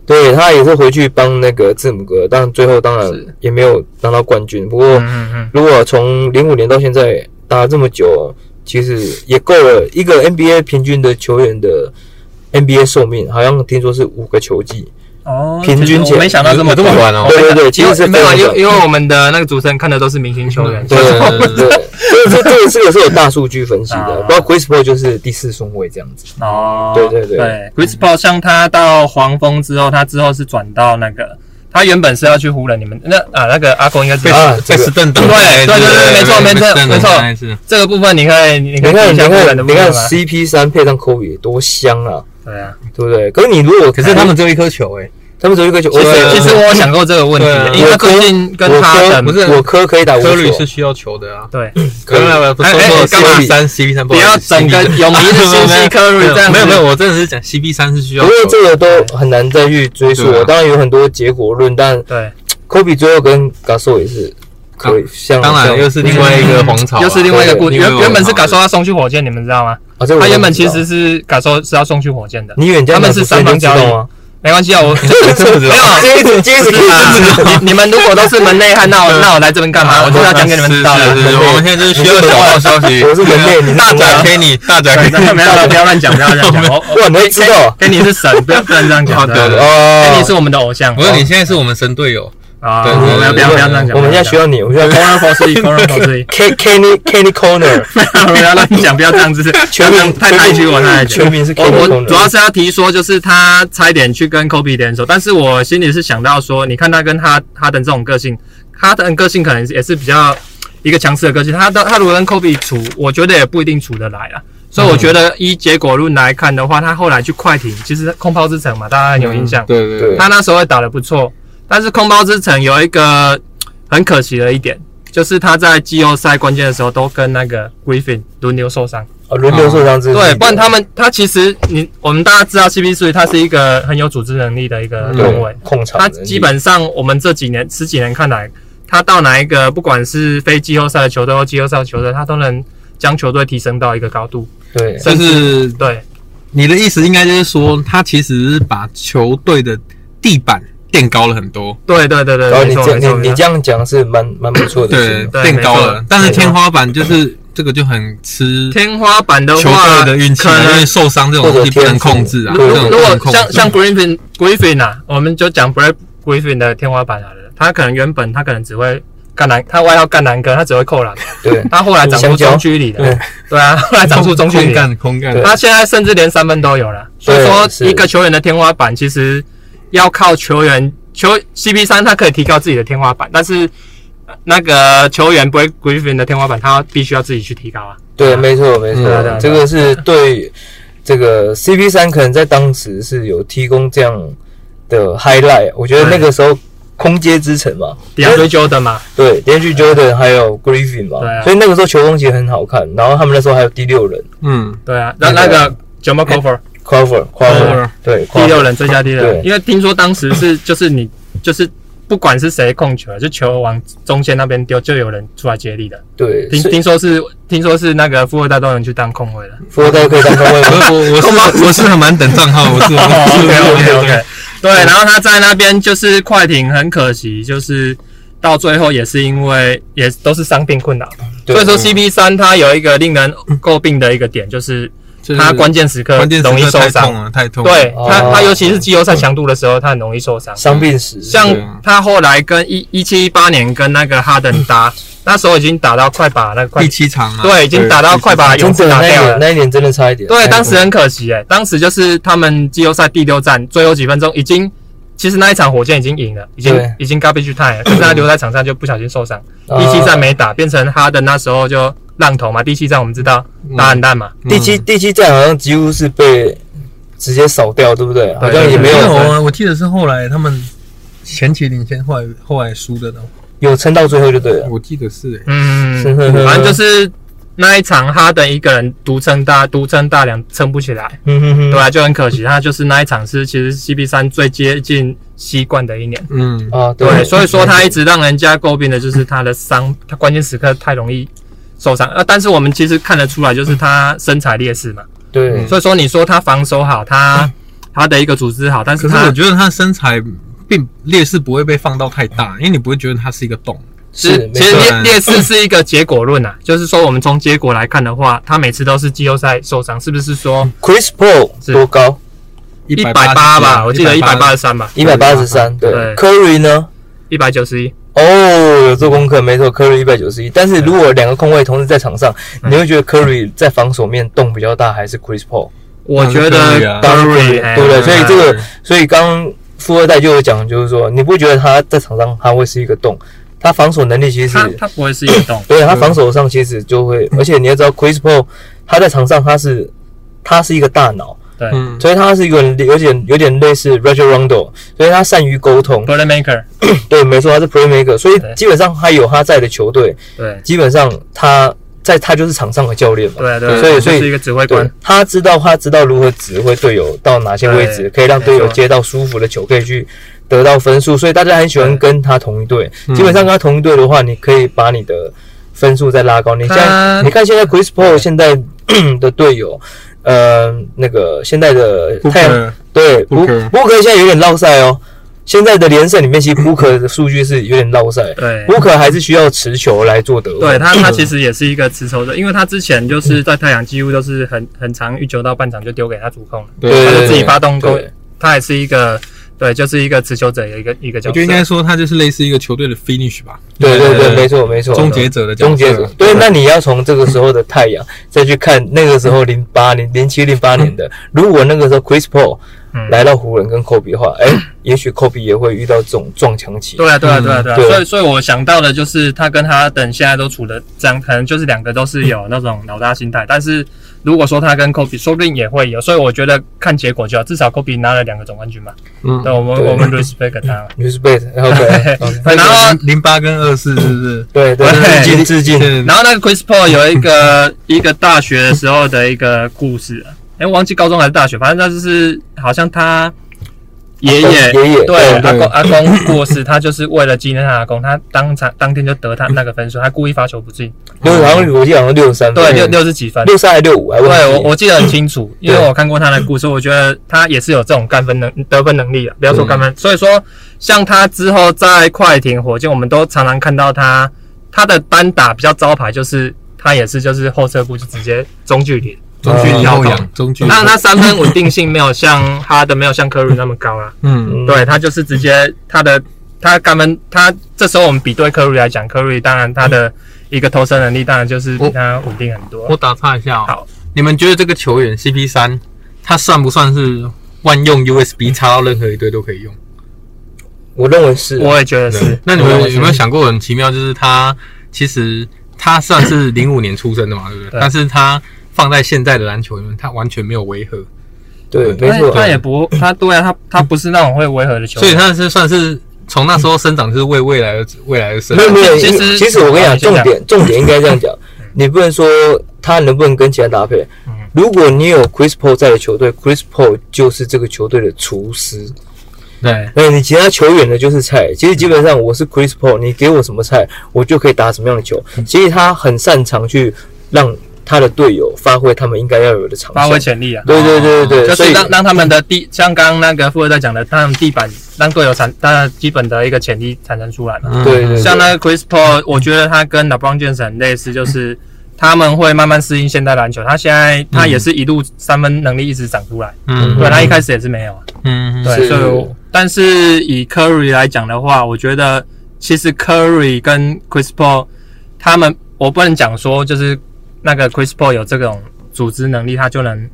[SPEAKER 3] 对
[SPEAKER 2] 对他也是回去帮那个字母哥，但最后当然
[SPEAKER 3] 是
[SPEAKER 2] 也没有拿到冠军。不过
[SPEAKER 3] 嗯嗯嗯，
[SPEAKER 2] 如果从零五年到现在打了这么久，其实也够了。一个 NBA 平均的球员的 NBA 寿命，好像听说是五个球季。
[SPEAKER 3] 哦，
[SPEAKER 2] 平均起
[SPEAKER 3] 其实
[SPEAKER 2] 来
[SPEAKER 3] 我没想到这么
[SPEAKER 1] 有这么短哦
[SPEAKER 2] 对对对，其实是
[SPEAKER 3] 没
[SPEAKER 2] 非
[SPEAKER 3] 有，
[SPEAKER 2] 常
[SPEAKER 3] 因
[SPEAKER 2] 短
[SPEAKER 3] 为。因为我们的那个主持人看的都是明星球员，
[SPEAKER 2] 对对对，对 [laughs] 这这这个这个是有大数据分析的，
[SPEAKER 3] 啊
[SPEAKER 2] 包括 Chris Paul 就是第四顺位这样子。
[SPEAKER 3] 哦，
[SPEAKER 2] 对对对
[SPEAKER 3] 对，Chris Paul 像他到黄蜂之后，他之后是转到那个，他原本是要去湖人，你们那啊那个阿公应该知道。
[SPEAKER 2] 啊
[SPEAKER 1] 被斯顿等，
[SPEAKER 3] 对对对对没错没错没错
[SPEAKER 1] 错，
[SPEAKER 3] 这个部分你可以，你
[SPEAKER 2] 你
[SPEAKER 3] 可
[SPEAKER 2] 看
[SPEAKER 3] 以看一
[SPEAKER 2] 你
[SPEAKER 3] 下湖人的
[SPEAKER 2] 看
[SPEAKER 3] 部
[SPEAKER 2] 你看
[SPEAKER 3] 分啊吧。
[SPEAKER 2] CP 三配上 Kobe 多香啊，
[SPEAKER 3] 对啊，
[SPEAKER 2] 对不对？可是你如果
[SPEAKER 1] 可是他们只有一颗球哎，
[SPEAKER 2] 他们只有一个球，
[SPEAKER 3] 其
[SPEAKER 2] 我
[SPEAKER 3] 实
[SPEAKER 1] 对
[SPEAKER 3] 其实我有想过这个问
[SPEAKER 1] 对啊
[SPEAKER 3] 题，因为他最近跟
[SPEAKER 2] 我
[SPEAKER 3] 他
[SPEAKER 2] 科
[SPEAKER 3] 的
[SPEAKER 1] 不是
[SPEAKER 2] 我科可以打无
[SPEAKER 1] 科哎里是
[SPEAKER 2] 球，
[SPEAKER 1] 需要球的啊。
[SPEAKER 3] 对，
[SPEAKER 1] 可能
[SPEAKER 3] 哎
[SPEAKER 1] 不是说 CP 三 CP 三，
[SPEAKER 3] 不要整个有名的信息科瑞这样子。
[SPEAKER 1] 没有没有，我真的是讲 CP 三是需要
[SPEAKER 2] 不
[SPEAKER 1] 球
[SPEAKER 2] 过这
[SPEAKER 1] 的。
[SPEAKER 2] 个都很难再去追溯
[SPEAKER 1] 对。啊
[SPEAKER 2] 当然有很多结果论，但
[SPEAKER 3] 对，
[SPEAKER 2] Kobe 最后跟 Gasol 也是可以像
[SPEAKER 1] 当然
[SPEAKER 2] 像嗯
[SPEAKER 1] 又是另外一个皇朝，
[SPEAKER 3] 又是另外一个故
[SPEAKER 1] 对
[SPEAKER 3] 原
[SPEAKER 1] 另外一个
[SPEAKER 3] 原本是
[SPEAKER 1] 王朝
[SPEAKER 3] 感受要送去火箭，你们知道吗？
[SPEAKER 2] 啊，这个我
[SPEAKER 3] 他
[SPEAKER 2] 真的
[SPEAKER 3] 原本
[SPEAKER 2] 不知
[SPEAKER 3] 其
[SPEAKER 2] 道
[SPEAKER 3] 实是感受是要送去火箭的，
[SPEAKER 2] 你远家
[SPEAKER 3] 他们是
[SPEAKER 2] 三
[SPEAKER 3] 三方交易
[SPEAKER 2] 吗？
[SPEAKER 3] 没没关系
[SPEAKER 2] [laughs]
[SPEAKER 3] 啊，我
[SPEAKER 1] 这
[SPEAKER 3] 没有啊
[SPEAKER 2] 接着接着
[SPEAKER 3] [laughs] 是啊，你你们如果都是门内汉，那我那我来这边干嘛？我就是要讲给你们知道
[SPEAKER 1] 啊是是是，
[SPEAKER 3] 的。
[SPEAKER 1] 我们现在就是需要小道消息。
[SPEAKER 2] 我是人类你是
[SPEAKER 1] 大
[SPEAKER 2] 人
[SPEAKER 1] 宅
[SPEAKER 2] 类
[SPEAKER 1] 给你，大宅
[SPEAKER 3] [laughs]
[SPEAKER 1] 给
[SPEAKER 3] 对
[SPEAKER 1] 你。
[SPEAKER 3] 没有，不要乱讲，不要乱讲。我我
[SPEAKER 2] 哇，你会知道啊
[SPEAKER 3] 跟你是神，不要不能这样讲。
[SPEAKER 1] 哦对对
[SPEAKER 3] 对
[SPEAKER 2] 哦
[SPEAKER 3] 你。是我们的偶像。
[SPEAKER 1] 不是，你现在是我们神队友，
[SPEAKER 3] 啊，
[SPEAKER 1] 对
[SPEAKER 3] 我
[SPEAKER 1] 对
[SPEAKER 3] 们要不要不要这样讲？
[SPEAKER 2] 我们现在需要你，我们现在
[SPEAKER 3] corner for three corner for three，
[SPEAKER 2] K Kenny Kenny
[SPEAKER 3] [laughs]
[SPEAKER 2] Corner，
[SPEAKER 3] 不要乱讲，不要这样子，
[SPEAKER 2] 全名
[SPEAKER 3] 太抬举我，太抬举
[SPEAKER 2] 全。名是 Kenny
[SPEAKER 3] 我
[SPEAKER 2] Corner。
[SPEAKER 3] 我主要是要提说，就是他差一点去跟科比联手，但是我心里是想到说，你看他跟哈哈登这种个性，哈登个性可能也是比较一个强势的个性，他的他如果跟科比处，我觉得也不一定处得来啦。所以我觉得依结果论来看的话，他后来去快艇，其实空抛之城嘛，大家很有印象。
[SPEAKER 1] 嗯对
[SPEAKER 2] 对
[SPEAKER 3] 他那时候也打得不错，但是空包之城有一个很可惜的一点，就是他在季后赛关键的时候都跟那个 Griffin 轮流受伤。
[SPEAKER 2] 哦轮流受伤之
[SPEAKER 3] 啊对，不然他们他其实你我们大家知道 CP 3他是一个很有组织能力的一
[SPEAKER 2] 嗯
[SPEAKER 3] 个
[SPEAKER 1] 对
[SPEAKER 3] 中卫，
[SPEAKER 2] 控场
[SPEAKER 3] 嗯他
[SPEAKER 2] 能力，
[SPEAKER 3] 基本上我们这几年十几年看来，他到哪一个不管是非季后赛的球队或季后赛的球队，他都能将球队提升到一个高度。
[SPEAKER 2] 对
[SPEAKER 1] 但是
[SPEAKER 3] 对，
[SPEAKER 1] 你的意思应该就是说，他其实是把球队的地板垫高了很多，
[SPEAKER 3] 对对对对，
[SPEAKER 2] 然后
[SPEAKER 3] 没
[SPEAKER 2] 你
[SPEAKER 3] 错
[SPEAKER 2] 这
[SPEAKER 3] 没错
[SPEAKER 2] 你
[SPEAKER 3] 没
[SPEAKER 2] 你
[SPEAKER 3] 错。
[SPEAKER 2] 这样讲是蛮蛮不错的
[SPEAKER 1] 对
[SPEAKER 2] 事，，
[SPEAKER 3] 对
[SPEAKER 1] 垫高
[SPEAKER 3] 没
[SPEAKER 1] 了
[SPEAKER 3] 错。
[SPEAKER 1] 但是天花板就是这个就很吃
[SPEAKER 3] 天花板的话，
[SPEAKER 1] 球队的运气
[SPEAKER 3] 可
[SPEAKER 1] 啊，因
[SPEAKER 3] 能
[SPEAKER 1] 为受伤这种东西不能控制啊，
[SPEAKER 2] 或者
[SPEAKER 1] 这种
[SPEAKER 2] 天气
[SPEAKER 1] 不
[SPEAKER 3] 如
[SPEAKER 1] 能
[SPEAKER 3] 果
[SPEAKER 1] 控
[SPEAKER 3] 像
[SPEAKER 1] 制。
[SPEAKER 3] 像 Griffin Griffin 啊，我们就讲 Brad Griffin 的天花板好了，他可能原本他可能只会干篮，他外号干篮哥，他只会扣篮，
[SPEAKER 2] 对
[SPEAKER 3] 他后来长出中距离
[SPEAKER 2] 对
[SPEAKER 3] 了，对啊， [laughs] 后来长出中距
[SPEAKER 1] 空
[SPEAKER 3] 离，
[SPEAKER 1] 干空干，
[SPEAKER 3] 他现在甚至连三分都有了。所以
[SPEAKER 2] 对是
[SPEAKER 3] 说，一个球员的天花板其实要靠球员球 CP 三，他可以提高自己的天花板，但是。那个球员不会 Griffin 的天花板，他必须要自己去提高啊。
[SPEAKER 2] 对，没错没错
[SPEAKER 1] 嗯
[SPEAKER 3] 对，对
[SPEAKER 2] 这个是对这个 CP 三可能在当时是有提供这样的 highlight，我觉得那个时候空接之城嘛，
[SPEAKER 3] 比方追 Jordan 嘛，
[SPEAKER 2] 对，连续 Jordan 还有 Griffin 嘛
[SPEAKER 3] 对，啊
[SPEAKER 2] 所以那个时候球风其实很好看，然后他们那时候还有第六人
[SPEAKER 1] 嗯，
[SPEAKER 3] 对啊，那那个哎 Jamal Crawford
[SPEAKER 2] Crawford Crawford
[SPEAKER 1] 嗯
[SPEAKER 2] 对
[SPEAKER 3] 第六
[SPEAKER 2] Crawford，
[SPEAKER 3] 人最佳第六人
[SPEAKER 2] 对，
[SPEAKER 3] 因为听说当时是就是你就是不管是谁控球，就球往中线那边丢，就有人出来接力的。
[SPEAKER 2] 对，
[SPEAKER 3] 听
[SPEAKER 2] 所以
[SPEAKER 3] 听说是听说是那个富二代都能去当控卫了。
[SPEAKER 2] 富二代可以当中卫
[SPEAKER 3] [laughs]
[SPEAKER 1] 我
[SPEAKER 2] 吗？
[SPEAKER 1] 我我是我是还蛮等账号，我是我是
[SPEAKER 3] 哦 OK，对，然后他在那边就是快艇，很可惜，就是到最后也是因为也都是伤病困扰，
[SPEAKER 2] 对
[SPEAKER 3] 所以说 CP 三他有一个令人诟病的一个点，就是
[SPEAKER 1] 就是
[SPEAKER 3] 他关键时刻
[SPEAKER 1] 关键时
[SPEAKER 3] 容易
[SPEAKER 1] 刻
[SPEAKER 3] 受
[SPEAKER 1] 太痛
[SPEAKER 3] 伤。
[SPEAKER 1] 了，太痛了。
[SPEAKER 3] 对他，
[SPEAKER 2] 哦
[SPEAKER 3] 他尤其是季后赛强度的时候，他很容易受伤。
[SPEAKER 2] 伤病史
[SPEAKER 1] 对啊
[SPEAKER 3] 像他后来跟一一七一八年跟那个哈登搭，那时候已经打到快把那个快
[SPEAKER 1] 第，七场啊，
[SPEAKER 3] 对，已经打到快把
[SPEAKER 2] 真
[SPEAKER 3] 勇
[SPEAKER 2] 的
[SPEAKER 3] 士
[SPEAKER 2] 那
[SPEAKER 3] 打
[SPEAKER 2] 一
[SPEAKER 3] 掉
[SPEAKER 2] 年
[SPEAKER 3] 了。
[SPEAKER 2] 那一年真啊的差一点，
[SPEAKER 3] 对，当时很可惜诶、哎当时就是他们季后赛第六战最后几分钟已经，其实那一场火箭已经赢了，已经
[SPEAKER 2] 对
[SPEAKER 3] 已经 garbage time 了，可是他留在场上就不小心受伤，
[SPEAKER 2] 啊
[SPEAKER 3] 第七战没打，变成哈登那时候就浪头嘛，第七战我们知道
[SPEAKER 1] 嗯
[SPEAKER 3] 打很烂嘛，
[SPEAKER 1] 嗯
[SPEAKER 2] 第七第七站好像几乎是被直接扫掉，对不对？好像也没
[SPEAKER 1] 没有
[SPEAKER 2] 有
[SPEAKER 1] 啊，我记得是后来他们前期领先，后来后来输的呢。
[SPEAKER 2] 有撑到最后就对了。
[SPEAKER 1] 我记得是欸
[SPEAKER 3] 嗯，
[SPEAKER 2] 是是是
[SPEAKER 3] 反正就是那一场哈登一个人独撑大独撑大梁，撑不起来。
[SPEAKER 2] 嗯哼哼
[SPEAKER 3] 对啊，就很可惜，他就是那一场是其实 CP 三最接近西冠的一年。
[SPEAKER 1] 嗯，
[SPEAKER 2] 啊，
[SPEAKER 3] 对，
[SPEAKER 2] 对，
[SPEAKER 3] 所以说他一直让人家诟病的就是他的伤，他关键时刻太容易受伤。呃，但是我们其实看得出来，就是他身材劣势嘛。
[SPEAKER 2] 对
[SPEAKER 1] 嗯
[SPEAKER 3] 所以说你说他防守好，他他的一个组织好，但是
[SPEAKER 1] 可是
[SPEAKER 3] 他
[SPEAKER 1] 我觉得他身材并劣势不会被放到太大，因为你不会觉得他是一个洞。
[SPEAKER 2] 是，
[SPEAKER 3] 其
[SPEAKER 1] 没
[SPEAKER 3] 实
[SPEAKER 1] 错
[SPEAKER 3] 劣劣势是一个结果论啊，就是说我们从结果来看的话，他每次都是季后赛受伤，是不是说
[SPEAKER 2] Chris Paul
[SPEAKER 3] 是
[SPEAKER 2] 多高？
[SPEAKER 1] 一
[SPEAKER 3] 一百八吧？我记得一百八
[SPEAKER 1] 啊八
[SPEAKER 3] 十三吧，
[SPEAKER 2] 一百八十三。对
[SPEAKER 3] 对
[SPEAKER 2] ，Curry 呢？
[SPEAKER 3] 一百九十一。
[SPEAKER 2] 哦，有做功课，没错，Curry 一百九十一。但是如果两个空位同时在场上，
[SPEAKER 3] 嗯
[SPEAKER 2] 你会觉得 Curry 在防守面动比较大，还是 Chris Paul？
[SPEAKER 3] 我觉得
[SPEAKER 1] 当
[SPEAKER 3] Curry，哎
[SPEAKER 2] 对不对？
[SPEAKER 1] 嗯
[SPEAKER 2] 所以这个，所以刚刚富二代就有讲，就是说你不觉得他在场上他会是一个洞？他防守能力其实，
[SPEAKER 3] 他他不会是移动
[SPEAKER 2] 对他防守上其实就会，而且你要知道，Chris Paul 他在场上他是他是一个大脑，
[SPEAKER 3] 对
[SPEAKER 1] 嗯，
[SPEAKER 2] 所以他是一个有点有点类似 r a g e r Rondo，所以他善于沟通。
[SPEAKER 3] ，Playmaker，
[SPEAKER 2] 对，没错，他是 playmaker，所以
[SPEAKER 3] 对
[SPEAKER 2] 基本上他有他在的球队，
[SPEAKER 3] 对
[SPEAKER 2] 基本上他在他就是场上的教练嘛。
[SPEAKER 3] 对对，
[SPEAKER 2] 所以
[SPEAKER 3] 就
[SPEAKER 2] 所以
[SPEAKER 3] 是一个指挥
[SPEAKER 2] 对
[SPEAKER 3] 官，，
[SPEAKER 2] 他知道他知道如何指挥队友到哪些位置，
[SPEAKER 3] 对
[SPEAKER 2] 可以让队友
[SPEAKER 3] 没错
[SPEAKER 2] 接到舒服的球，可以去得到分数，所以大家很喜欢跟他同一队。
[SPEAKER 1] 嗯
[SPEAKER 2] 基本上跟他同一队的话，你可以把你的分数再拉高。你现在
[SPEAKER 3] 他
[SPEAKER 2] 你看现在 Chris Paul 现在 [clears throat] 的队友，呃那个现在的太阳
[SPEAKER 1] Booker
[SPEAKER 2] 对，布
[SPEAKER 1] Booker
[SPEAKER 2] 布克现在有点落赛哦。现在的联赛里面，其实布克的数据是有点落赛。
[SPEAKER 3] 对
[SPEAKER 2] 布克还是需要持球来做得分。
[SPEAKER 3] 对
[SPEAKER 1] 嗯
[SPEAKER 3] 他，他其实也是一个持球者，因为他之前就是在太阳几乎都是很很长一球到半场就丢给他主控了，
[SPEAKER 1] 对
[SPEAKER 3] 他
[SPEAKER 2] 对
[SPEAKER 3] 就自己发动攻
[SPEAKER 2] 对，
[SPEAKER 3] 他也是一个对，就是一个持球者的一个一个角
[SPEAKER 1] 我觉
[SPEAKER 3] 色
[SPEAKER 1] 得应。该说他就是类似一个球队的 finish 吧，
[SPEAKER 2] 对对对，
[SPEAKER 1] 对
[SPEAKER 2] 没错没错。
[SPEAKER 1] 终结者的角色
[SPEAKER 2] 终结者。对，那你要从这个时候的太阳再去看那个时候零八年、零七、零八年的，如果那个时候 Chris Paul
[SPEAKER 3] 嗯
[SPEAKER 2] 来到湖人跟科比的话，哎，也许科比也会遇到这种撞墙期。
[SPEAKER 3] 对啊，对啊，对啊，
[SPEAKER 1] 嗯
[SPEAKER 3] 对啊，
[SPEAKER 2] 对
[SPEAKER 3] 所以，所以我想到的就是他跟哈登现在都处的这样，可能就是两个都是有那种老大心态。但是如果说他跟科比，说不定也会有。所以我觉得看结果就好，至少科比拿了两个总冠军嘛。
[SPEAKER 1] 嗯
[SPEAKER 3] 对，我们
[SPEAKER 2] 对
[SPEAKER 3] 我们 respect
[SPEAKER 1] [laughs]
[SPEAKER 3] 他嘛。
[SPEAKER 2] ，respect。OK，
[SPEAKER 3] [laughs] 然后
[SPEAKER 1] 零八跟二四是不是？
[SPEAKER 2] 对对，
[SPEAKER 3] 对
[SPEAKER 2] 致敬致敬。
[SPEAKER 1] 对
[SPEAKER 3] 然后那个 Chris Paul 有一个 [laughs] 一个大学的时候的一个故事啊，哎、我忘记高中还是大学，反正那就是好像他爷爷
[SPEAKER 2] 阿公爷爷
[SPEAKER 3] 对
[SPEAKER 1] 对
[SPEAKER 3] 阿公阿公过世，他就是为了纪念他阿公，他当场当天就得他那个分数，他故意发球不进，
[SPEAKER 2] 六，好像我记得好像六三分，
[SPEAKER 3] 对六六十几分。
[SPEAKER 2] 六三还六五，还
[SPEAKER 3] 对
[SPEAKER 2] 忘记
[SPEAKER 3] 我我记得很清楚，
[SPEAKER 1] 嗯
[SPEAKER 3] 因为
[SPEAKER 2] 对
[SPEAKER 3] 我看过他的故事，我觉得他也是有这种干分能得分能力啊，不要说干
[SPEAKER 1] 嗯
[SPEAKER 3] 分，所以说像他之后在快艇、火箭，我们都常常看到他他的单打比较招牌，就是他也是就是后撤步就直接中距离。
[SPEAKER 1] 中距离
[SPEAKER 3] 嗯
[SPEAKER 2] 哦
[SPEAKER 1] 后仰，中距离。
[SPEAKER 3] 那那三分稳定性没有像哈登没有像科瑞那么高啊，
[SPEAKER 1] 嗯，
[SPEAKER 2] 嗯
[SPEAKER 3] 对他就是直接他的他干分，他这时候我们比对科瑞来讲，科瑞当然他的一个投射能力当然就是比他稳定很多
[SPEAKER 1] 我。打岔一下哦
[SPEAKER 3] 好，
[SPEAKER 1] 你们觉得这个球员 CP 三，他算不算是万用 USB 插到任何一堆都可以用？
[SPEAKER 2] 我认为是，
[SPEAKER 3] 我也觉得是。
[SPEAKER 1] 那你们
[SPEAKER 2] 我认为
[SPEAKER 1] 有
[SPEAKER 2] 是
[SPEAKER 1] 有没有想过很奇妙，就是他其实他算
[SPEAKER 3] [coughs]
[SPEAKER 1] 是零五年出生的嘛，对不对？
[SPEAKER 3] 对
[SPEAKER 1] 但是他放在现在的篮球里面，他完全没有违和，
[SPEAKER 2] 对，没
[SPEAKER 3] 他
[SPEAKER 2] 错，
[SPEAKER 3] 他也不，他对啊，他他不是那种会违和的球
[SPEAKER 1] 所以
[SPEAKER 3] 员。
[SPEAKER 1] 他是算是从那时候生长，就是为未来而未来而生
[SPEAKER 2] 没。有没有，
[SPEAKER 3] 啊其
[SPEAKER 2] 其
[SPEAKER 3] 实
[SPEAKER 2] 实其实我跟你
[SPEAKER 3] 啊
[SPEAKER 2] 讲，重
[SPEAKER 3] 你先讲
[SPEAKER 2] 点重点应该这样讲，你不能说他能不能跟其他搭配
[SPEAKER 3] 嗯。
[SPEAKER 2] 如果你有 Chris Paul 在的球队，Chris Paul 就是这个球队的厨师。
[SPEAKER 1] 对，
[SPEAKER 2] 那你其他球员的就是菜。其实基本上我是 Chris Paul，你给我什么菜，我就可以打什么样的球。
[SPEAKER 3] 嗯
[SPEAKER 2] 其实他很擅长去让他的队友发挥他们应该要有的长
[SPEAKER 3] 发挥
[SPEAKER 2] 项。
[SPEAKER 3] 潜力啊，
[SPEAKER 2] 对对对对
[SPEAKER 3] 就
[SPEAKER 2] 对，所
[SPEAKER 3] 是
[SPEAKER 2] 以
[SPEAKER 3] 让让他们的地，像刚刚那个富二代讲的，让他们地板让队友产，他的基本的一个潜力产生出来嘛。
[SPEAKER 1] 嗯
[SPEAKER 2] 对对
[SPEAKER 3] 像那个 Chris Paul，我觉得他跟 LeBron James 很类
[SPEAKER 1] [laughs]
[SPEAKER 3] 似，就是他们会慢慢适应现代篮球。他现在他也是一路三分能力一直长出来，
[SPEAKER 1] 嗯
[SPEAKER 3] 对他一开始也是没有啊，
[SPEAKER 1] 嗯，对，
[SPEAKER 3] 对，
[SPEAKER 2] 是
[SPEAKER 3] 所以我但是以 Curry 来讲的话，我觉得其实 Curry 跟 Chris Paul 他们，我不能讲说就是那个 Chris Paul 有这种组织能力，他就能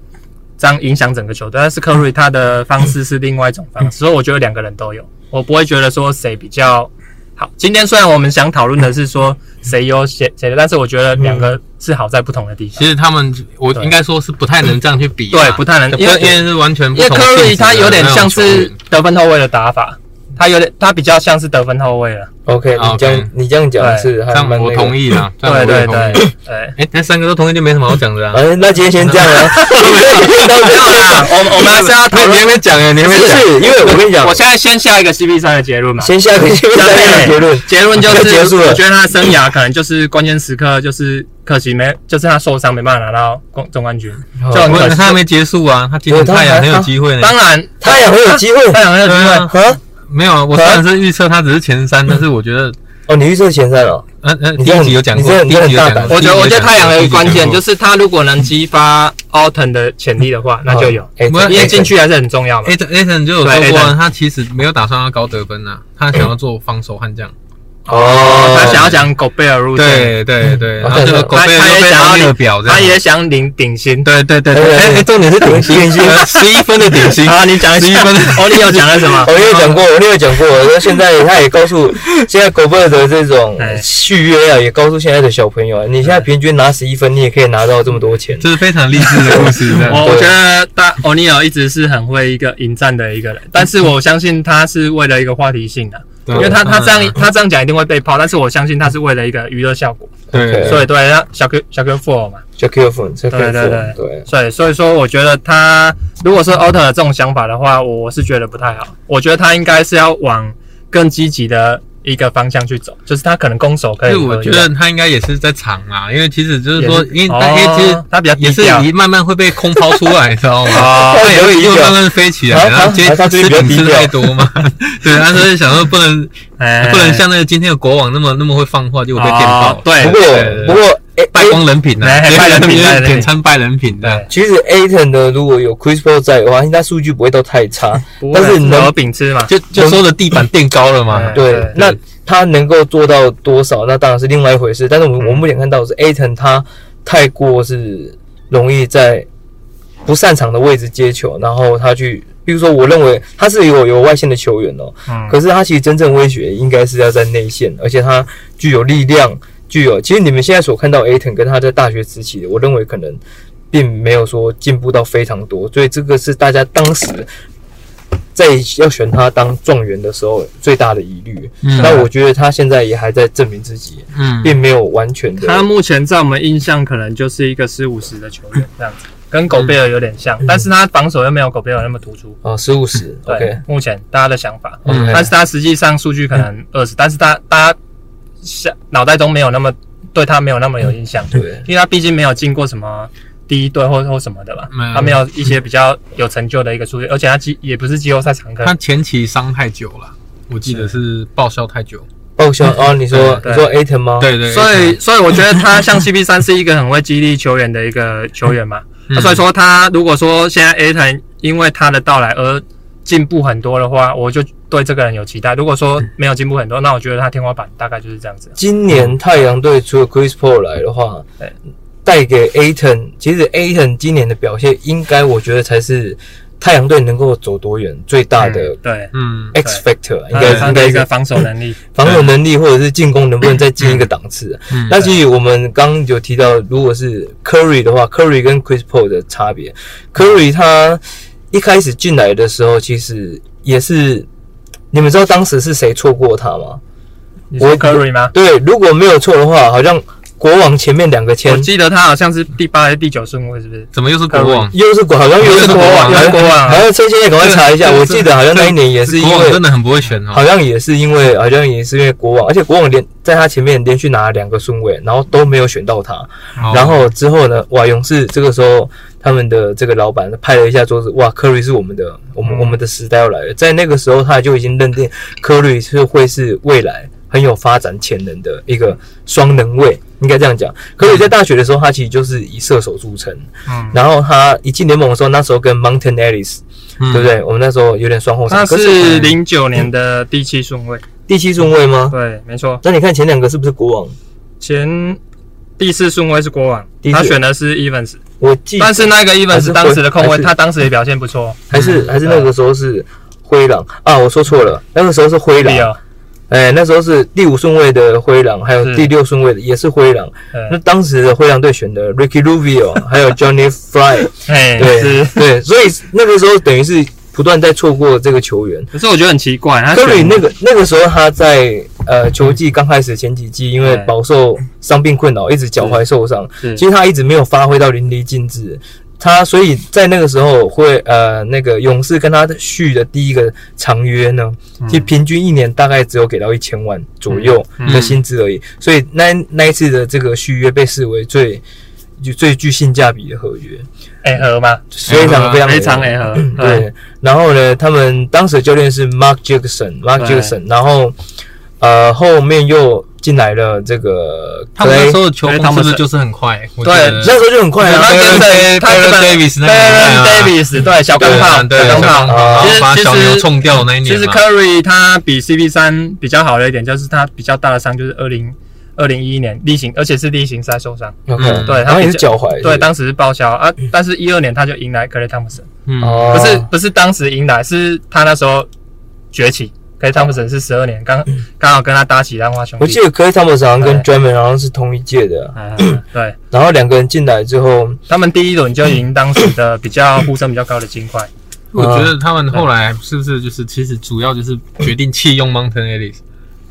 [SPEAKER 3] 这样影响整个球队。但是 Curry 他的方式是另外一种方式，所以我觉得两个人都有，我不会觉得说谁比较好。今天虽然我们想讨论的是说谁优谁谁的，但是我觉得两个嗯是啊好在不同的地方
[SPEAKER 1] 其。实他们我
[SPEAKER 3] 对
[SPEAKER 1] 应该说是不太能这样去比啊，
[SPEAKER 3] 对，不太能，
[SPEAKER 1] 因
[SPEAKER 3] 因
[SPEAKER 1] 为因
[SPEAKER 3] 为
[SPEAKER 1] 为是完全不
[SPEAKER 3] 因为
[SPEAKER 1] 同性质
[SPEAKER 3] Curry
[SPEAKER 1] 的
[SPEAKER 3] 他有点像
[SPEAKER 1] 那种球
[SPEAKER 3] 是
[SPEAKER 1] 员
[SPEAKER 3] 得分后卫的打法，他有点他比较像是得分后卫了。
[SPEAKER 2] OK，
[SPEAKER 1] 啊
[SPEAKER 2] 你这
[SPEAKER 1] ，OK
[SPEAKER 2] 样你这样讲是
[SPEAKER 1] 这
[SPEAKER 2] 还
[SPEAKER 1] 样
[SPEAKER 2] 蛮
[SPEAKER 1] 我
[SPEAKER 2] 那
[SPEAKER 1] 同
[SPEAKER 2] 个。
[SPEAKER 1] 意啦，这样
[SPEAKER 3] 对
[SPEAKER 1] 我也
[SPEAKER 3] 对
[SPEAKER 1] 同意
[SPEAKER 3] 对。对。
[SPEAKER 1] 哎，那三个都同意就没什么好讲的啊。
[SPEAKER 2] [laughs] 哎，那今天先这样
[SPEAKER 3] [laughs]
[SPEAKER 2] 了，到这样了。
[SPEAKER 3] 我我们还是要
[SPEAKER 1] 你
[SPEAKER 3] 讨
[SPEAKER 1] 还
[SPEAKER 3] 论，
[SPEAKER 1] 没讲哎，你还没
[SPEAKER 2] [laughs] 不
[SPEAKER 1] 讲。
[SPEAKER 2] 是，因为我跟你讲
[SPEAKER 3] 我，现在先下一个 CP 三的结论
[SPEAKER 2] [laughs]
[SPEAKER 3] 嘛。
[SPEAKER 2] 先下个下面的结论，
[SPEAKER 3] 结论就
[SPEAKER 2] 要结
[SPEAKER 3] 是，
[SPEAKER 2] 束了
[SPEAKER 3] 我觉得他的生涯可能就是关键时刻，就是可惜没，就是他受伤没办法拿到总总冠军，就
[SPEAKER 2] 哦
[SPEAKER 3] 很
[SPEAKER 1] 我
[SPEAKER 3] 可惜。
[SPEAKER 1] 他还没结束啊，他今天
[SPEAKER 2] 对他
[SPEAKER 1] 太阳
[SPEAKER 2] 还
[SPEAKER 1] 很有机会呢。
[SPEAKER 3] 当然，
[SPEAKER 2] 他也很有机会
[SPEAKER 3] 太阳很有机
[SPEAKER 1] 对
[SPEAKER 3] 会
[SPEAKER 1] 啊，
[SPEAKER 2] 啊。
[SPEAKER 1] 没有，我
[SPEAKER 2] 可
[SPEAKER 1] 虽
[SPEAKER 2] 能
[SPEAKER 1] 然是预测他只是前三，但是我觉得，
[SPEAKER 2] 哦，你预测前三了，
[SPEAKER 1] 嗯嗯，
[SPEAKER 2] 你
[SPEAKER 1] 第
[SPEAKER 2] 这
[SPEAKER 1] 一
[SPEAKER 2] 很
[SPEAKER 1] 集有讲过
[SPEAKER 2] 你这，很
[SPEAKER 1] 第一集有
[SPEAKER 2] 你这很
[SPEAKER 1] 讲
[SPEAKER 2] 大胆
[SPEAKER 1] 过。，
[SPEAKER 3] 我觉得我觉得太阳有一个关键就是是他如果能激发 Alton 的潜力的话，那就有，
[SPEAKER 2] 哎，
[SPEAKER 1] 我
[SPEAKER 2] 这
[SPEAKER 1] 们
[SPEAKER 3] 因为进去还是很重要嘛。
[SPEAKER 1] A A 森就有说过
[SPEAKER 3] 对
[SPEAKER 1] 啊，
[SPEAKER 3] ，Ayton
[SPEAKER 1] 他其实没有打算要高得分啊，他想要做防守悍将。
[SPEAKER 2] 哦，
[SPEAKER 3] 他想要讲狗贝尔路线，
[SPEAKER 1] 对对对，然后
[SPEAKER 2] 对
[SPEAKER 1] 这
[SPEAKER 2] 对
[SPEAKER 1] 个狗贝
[SPEAKER 3] 他
[SPEAKER 1] 尔
[SPEAKER 3] 他
[SPEAKER 1] 又
[SPEAKER 3] 也
[SPEAKER 1] 被
[SPEAKER 3] 想要
[SPEAKER 1] 他
[SPEAKER 3] 领
[SPEAKER 1] 列表这样，
[SPEAKER 3] 他也想领顶薪。
[SPEAKER 1] 对对对对，
[SPEAKER 2] 对对
[SPEAKER 1] 哎
[SPEAKER 2] 对
[SPEAKER 1] 哎，重点是顶
[SPEAKER 2] 顶薪
[SPEAKER 1] 十一分的顶
[SPEAKER 3] [laughs]
[SPEAKER 1] 薪，
[SPEAKER 3] 好，你讲一
[SPEAKER 1] 11
[SPEAKER 3] 下
[SPEAKER 1] 分，
[SPEAKER 3] [laughs] 欧力又讲了什么
[SPEAKER 2] 我？也有讲过，我也有讲过，那现在他也告诉现在狗贝尔的这种
[SPEAKER 3] 哎
[SPEAKER 2] 续约啊，也告诉现在的小朋友啊，你现在平均拿十一分，你也可以拿到这么多钱。
[SPEAKER 1] 这是非常励志的故事。这样
[SPEAKER 3] 我我
[SPEAKER 2] 对
[SPEAKER 3] 觉得大欧尼尔一直是很会一个迎战的一个人，但是我相信他是为了一个话题性的、
[SPEAKER 1] 对
[SPEAKER 3] 因为他他这
[SPEAKER 1] 嗯
[SPEAKER 3] 样他这样讲一定会被泡，但是我相信他是为了一个娱乐效果，
[SPEAKER 1] 对，
[SPEAKER 2] OK
[SPEAKER 3] 所以对，那小 Q 小 Q Four 嘛，
[SPEAKER 2] j a c k i e f o n 这
[SPEAKER 3] 对对对
[SPEAKER 2] 对，
[SPEAKER 3] 所以所以说我觉得他如果是 Alter 的这种想法的话，我是觉得不太好，我觉得他应该是要往更积极的一个方向去走，就是他可能攻守可以
[SPEAKER 1] 是
[SPEAKER 3] 合一样。
[SPEAKER 1] 我觉得他应该也是在藏啦，因为其实就是说，因
[SPEAKER 3] 也
[SPEAKER 1] 为他因为其实
[SPEAKER 3] 哦他比较
[SPEAKER 1] 也是
[SPEAKER 3] 低
[SPEAKER 1] 你慢慢会被空抛出来，你知道吗？
[SPEAKER 3] 啊，
[SPEAKER 1] 他也会
[SPEAKER 2] 有
[SPEAKER 1] 又
[SPEAKER 2] 一个
[SPEAKER 1] 慢慢飞起
[SPEAKER 2] 啊
[SPEAKER 1] 来，然后接
[SPEAKER 2] 啊他最
[SPEAKER 1] 吃
[SPEAKER 2] 近比较
[SPEAKER 1] 饼吃
[SPEAKER 2] 低调
[SPEAKER 1] 太多嘛，对，他所以想说不能
[SPEAKER 3] 哎
[SPEAKER 1] 不能像那个今天的国王那么那么会放话，结果被电爆
[SPEAKER 3] 哦，对
[SPEAKER 2] 不过
[SPEAKER 1] 对
[SPEAKER 2] 不过哎 A
[SPEAKER 1] 败
[SPEAKER 2] A
[SPEAKER 1] 光人品啊，
[SPEAKER 3] 哎
[SPEAKER 1] 直接
[SPEAKER 3] 败人品
[SPEAKER 1] 直接
[SPEAKER 3] 败人品
[SPEAKER 1] 点餐败人品啊的
[SPEAKER 3] 对，
[SPEAKER 2] 其实 Aton 的如果有 Chris Paul 在的话，他数据不会到太差。
[SPEAKER 3] 不
[SPEAKER 2] 但是
[SPEAKER 3] 会啊
[SPEAKER 2] 能
[SPEAKER 3] 有饼吃嘛，
[SPEAKER 1] 就就说的地板垫高了嘛，
[SPEAKER 3] 哎
[SPEAKER 2] 对
[SPEAKER 3] 对，
[SPEAKER 2] 那他能够做到多少，那当然是另外一回事。但是我们我们目前看到的是 Aton 他太过是容易在不擅长的位置接球，然后他去，比如说我认为他是有有外线的球员哦，
[SPEAKER 3] 嗯，
[SPEAKER 2] 可是他其实真正威胁应该是要在内线，而且他具有力量，具有其实你们现在所看到 Aton 跟他在大学时期，我认为可能并没有说进步到非常多，所以这个是大家当时在要选他当状元的时候最大的疑虑。
[SPEAKER 1] 嗯
[SPEAKER 2] 那我觉得他现在也还在证明自己，
[SPEAKER 1] 嗯，
[SPEAKER 2] 并没有完全的。
[SPEAKER 3] 他目前在我们印象可能就是一个四五十的球员这样子，跟狗贝尔有点
[SPEAKER 1] 嗯
[SPEAKER 3] 像，但是他防守又没有狗贝尔那么突出。
[SPEAKER 2] 啊，十五十
[SPEAKER 3] 对
[SPEAKER 2] ，OK，
[SPEAKER 3] 目前大家的想法，
[SPEAKER 1] 嗯
[SPEAKER 3] 但是他实际上数据可能二十、但是他大家想脑袋中没有那么对他没有那么有印象，
[SPEAKER 1] 嗯
[SPEAKER 2] 对，
[SPEAKER 3] 因为他毕竟没有进过什么第一队或或什么的吧
[SPEAKER 1] 没有，
[SPEAKER 3] 他没有一些比较有成就的一个数据，而且他季也不是季后赛常客
[SPEAKER 1] 他，前期伤太久了，我记得是报销太久，
[SPEAKER 2] 报销啊，你说你
[SPEAKER 3] 对
[SPEAKER 2] 说 Aton 吗？
[SPEAKER 1] 对对，
[SPEAKER 3] 所以所以我觉得他像 CP 三是一个很会激励球员的一个球员嘛，
[SPEAKER 1] 嗯
[SPEAKER 3] 那所以说他如果说现在 A 腾因为他的到来而进步很多的话，我就对这个人有期待。如果说没有进步很多，那我觉得他天花板大概就是这样子。
[SPEAKER 2] 今年太阳队除了 Chris Paul 来的话
[SPEAKER 3] 对，
[SPEAKER 2] 带给 Aton，其实 Aton 今年的表现，应该我觉得才是太阳队能够走多远最大的
[SPEAKER 3] 对，
[SPEAKER 1] 嗯，
[SPEAKER 3] 哎
[SPEAKER 2] X factor，应
[SPEAKER 3] 他
[SPEAKER 2] 该
[SPEAKER 3] 他
[SPEAKER 2] 应
[SPEAKER 3] 的
[SPEAKER 2] 该
[SPEAKER 3] 一个
[SPEAKER 2] 是
[SPEAKER 3] 防守能力，
[SPEAKER 2] 防守能力或者是进攻能不能再进一个档次。
[SPEAKER 1] 嗯
[SPEAKER 2] 那其实我们刚刚有提到，如果是 Curry 的话，Curry 跟 Chris Paul 的差别
[SPEAKER 1] 嗯
[SPEAKER 2] ，Curry 他一开始进来的时候，其实也是，你们知道当时是谁错过他吗？
[SPEAKER 3] 你说
[SPEAKER 2] 我
[SPEAKER 3] Curry 吗？
[SPEAKER 2] 对，如果没有错的话，好像国王前面两个
[SPEAKER 3] 我
[SPEAKER 2] 签
[SPEAKER 3] 记得他好像是第八还是第九顺位，是不是？
[SPEAKER 1] 怎么又是国王？
[SPEAKER 2] 又是国，好像又是国王，
[SPEAKER 1] 又
[SPEAKER 3] 是国王
[SPEAKER 2] 好像崔先生赶快
[SPEAKER 1] [laughs]
[SPEAKER 2] 查一下，
[SPEAKER 1] 这个
[SPEAKER 2] 我记得好像那一年也是因
[SPEAKER 1] 国王
[SPEAKER 2] 为
[SPEAKER 1] 真，的很不会选哦
[SPEAKER 2] 好，像也是因为，好像也是因为国王，而且国王连在他前面连续拿了两个顺位，然后都没有选到他。
[SPEAKER 3] 哦
[SPEAKER 1] 好
[SPEAKER 2] 然后之后呢，哇，勇士这个时候他们的这个老板拍了一下桌子，哇，科瑞是我们的，我们、
[SPEAKER 3] 嗯
[SPEAKER 2] 我们的时代要来了。在那个时候，他就已经认定科瑞是会是未来很有发展潜能的一个双能卫，应该这样讲。科瑞在大学的时候，他其实就是以射手著称，
[SPEAKER 3] 嗯，
[SPEAKER 2] 然后他一进联盟的时候，那时候跟 Mountain Ellis，、
[SPEAKER 1] 嗯
[SPEAKER 2] 对不对？我们那时候有点双后
[SPEAKER 3] 他
[SPEAKER 2] 场，可
[SPEAKER 3] 是零九年的第七顺位，
[SPEAKER 2] 第七顺位吗？
[SPEAKER 3] 对，没错，
[SPEAKER 2] 那你看前两个是不是国王？
[SPEAKER 3] 前。第四顺位是国王
[SPEAKER 2] 第，四
[SPEAKER 3] 他选的是 Evans，
[SPEAKER 2] 我记得
[SPEAKER 3] 但是那个
[SPEAKER 2] 还是
[SPEAKER 3] Evans 当时的控
[SPEAKER 2] 还
[SPEAKER 3] 卫，
[SPEAKER 2] 是
[SPEAKER 3] 他当时也表现不错。
[SPEAKER 2] 还是
[SPEAKER 1] 嗯
[SPEAKER 2] 还是那个时候是灰狼啊，我说错了，那个时候是灰狼。
[SPEAKER 3] Leo，
[SPEAKER 2] 哎，那时候是第五顺位的灰狼，还有
[SPEAKER 3] 是
[SPEAKER 2] 第六顺位的也是灰狼。
[SPEAKER 3] 对
[SPEAKER 2] 那当时的灰狼队选的 Ricky
[SPEAKER 3] [laughs]
[SPEAKER 2] Rubio，还有 Johnny Fly，
[SPEAKER 3] 哎，
[SPEAKER 2] 对
[SPEAKER 3] 是
[SPEAKER 2] 对，所以那个时候等于是不断在错过这个球员。
[SPEAKER 3] 可是我觉得很奇怪，他
[SPEAKER 2] c u r
[SPEAKER 3] 选
[SPEAKER 2] 那个那个时候他在呃球季刚开始前几季，因为
[SPEAKER 3] 对
[SPEAKER 2] 饱受伤病困扰，一直脚踝受伤，
[SPEAKER 3] 是
[SPEAKER 2] 其实他一直没有发挥到淋漓尽致。他所以在那个时候会呃那个勇士跟他续的第一个长约呢，
[SPEAKER 3] 嗯
[SPEAKER 2] 其实平均一年大概只有给到一千万左右的薪资而已，所以那那一次的这个续约被视为最就最具性价比的合约，
[SPEAKER 3] A 哎和吗？
[SPEAKER 2] 非常非常
[SPEAKER 3] 非常哎 A 和，
[SPEAKER 2] 对，然后呢，他们当时的教练是 Mark Jackson，Mark
[SPEAKER 3] 对
[SPEAKER 2] Jackson，然后呃后面又进来了这个
[SPEAKER 1] 他们
[SPEAKER 2] Clay，
[SPEAKER 1] 那时候球
[SPEAKER 3] 哎
[SPEAKER 1] 风
[SPEAKER 3] 他
[SPEAKER 1] 是不
[SPEAKER 3] 们
[SPEAKER 1] 是
[SPEAKER 3] 是
[SPEAKER 1] 就是很快？我
[SPEAKER 3] 对
[SPEAKER 1] 觉得
[SPEAKER 2] 那时候就很快
[SPEAKER 3] 他
[SPEAKER 2] 啊，
[SPEAKER 3] 跟谁？他
[SPEAKER 1] Baron
[SPEAKER 3] 跟
[SPEAKER 1] Davis 那个年代
[SPEAKER 3] Baron
[SPEAKER 1] 啊
[SPEAKER 3] Davis 对小
[SPEAKER 1] 对啊
[SPEAKER 3] 钢炮，
[SPEAKER 1] 对，
[SPEAKER 3] 小
[SPEAKER 1] 小
[SPEAKER 3] 钢
[SPEAKER 1] 钢
[SPEAKER 3] 炮。
[SPEAKER 1] 炮
[SPEAKER 2] 其
[SPEAKER 3] 实
[SPEAKER 1] 把小
[SPEAKER 3] 啊其实
[SPEAKER 1] 牛冲掉那一
[SPEAKER 3] 其
[SPEAKER 1] 年
[SPEAKER 3] 实
[SPEAKER 1] 嘛，
[SPEAKER 3] Curry 他比 CP 三比较好的一点就是他比较大的伤就是二零二零一一年例行，而且是例行赛受伤，
[SPEAKER 2] OK，
[SPEAKER 1] 嗯
[SPEAKER 3] 对，
[SPEAKER 2] 然
[SPEAKER 3] 他
[SPEAKER 2] 后
[SPEAKER 3] 比
[SPEAKER 2] 也
[SPEAKER 3] 较
[SPEAKER 2] 是脚踝，
[SPEAKER 3] 对，
[SPEAKER 2] 是不是
[SPEAKER 3] 当时是报销啊，但是一二年他就迎来 Clay Thompson，
[SPEAKER 1] 嗯，
[SPEAKER 2] 哦
[SPEAKER 3] 不是不是当时迎来，是他那时候崛起，Clay Thompson 是十二年，刚
[SPEAKER 1] 嗯
[SPEAKER 3] 刚好跟他搭起浪花兄
[SPEAKER 2] 我
[SPEAKER 3] 弟
[SPEAKER 2] 记，得 Clay Thompson 好像跟
[SPEAKER 3] 对
[SPEAKER 2] Drummond 好像是同一届的，
[SPEAKER 3] 啊对。
[SPEAKER 2] 然后两个人进来之后，
[SPEAKER 3] 他们第一轮就赢当时的比较呼声比较高的金块，
[SPEAKER 1] 我觉得他们后来是不是就是其实主要就是决定弃用 Mountain Ellis，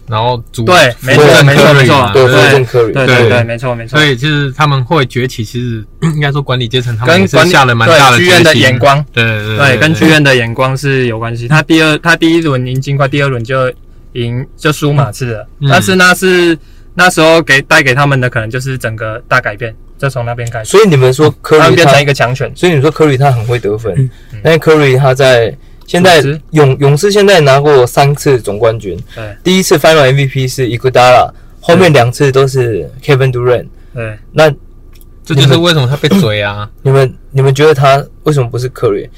[SPEAKER 1] 然后主
[SPEAKER 3] 对没
[SPEAKER 2] 错
[SPEAKER 1] 主
[SPEAKER 2] 没
[SPEAKER 3] 错没错
[SPEAKER 1] 嘛
[SPEAKER 2] 对，
[SPEAKER 1] 对
[SPEAKER 2] 布
[SPEAKER 1] 不对
[SPEAKER 2] 正 Curry，
[SPEAKER 3] 对
[SPEAKER 1] 对
[SPEAKER 3] 对对，没错没错
[SPEAKER 1] 所，以其实他们会崛起，其实应该说管理阶层他们也
[SPEAKER 3] 跟
[SPEAKER 1] 是
[SPEAKER 3] 管理
[SPEAKER 1] 下了蛮大的
[SPEAKER 3] 对
[SPEAKER 1] 决
[SPEAKER 3] 剧院的
[SPEAKER 1] 心
[SPEAKER 3] 眼，光，
[SPEAKER 1] 对对
[SPEAKER 3] 对，跟剧院的眼光是有关系。他第二他第一轮赢金块，第二轮就赢就输马刺了，
[SPEAKER 1] 嗯
[SPEAKER 3] 但是那是那时候给带给他们的可能就是整个大改变，就从那边开始，
[SPEAKER 2] 所以你们说科
[SPEAKER 3] 他们
[SPEAKER 2] 里
[SPEAKER 3] 变
[SPEAKER 2] 他
[SPEAKER 3] 成一，个强权。
[SPEAKER 2] 所以你说科里他很会得分
[SPEAKER 1] 嗯，
[SPEAKER 2] 但是科里他在现在
[SPEAKER 3] 组织
[SPEAKER 2] 勇勇士现在拿过三次总冠军，
[SPEAKER 3] 对
[SPEAKER 2] 第一次 Final MVP 是 Iguodala，后面两次都是 Kevin Durant。
[SPEAKER 3] 对，
[SPEAKER 2] 那
[SPEAKER 1] 这就是为什么他被嘴啊。
[SPEAKER 2] 你们你们觉得他为什么不是科里？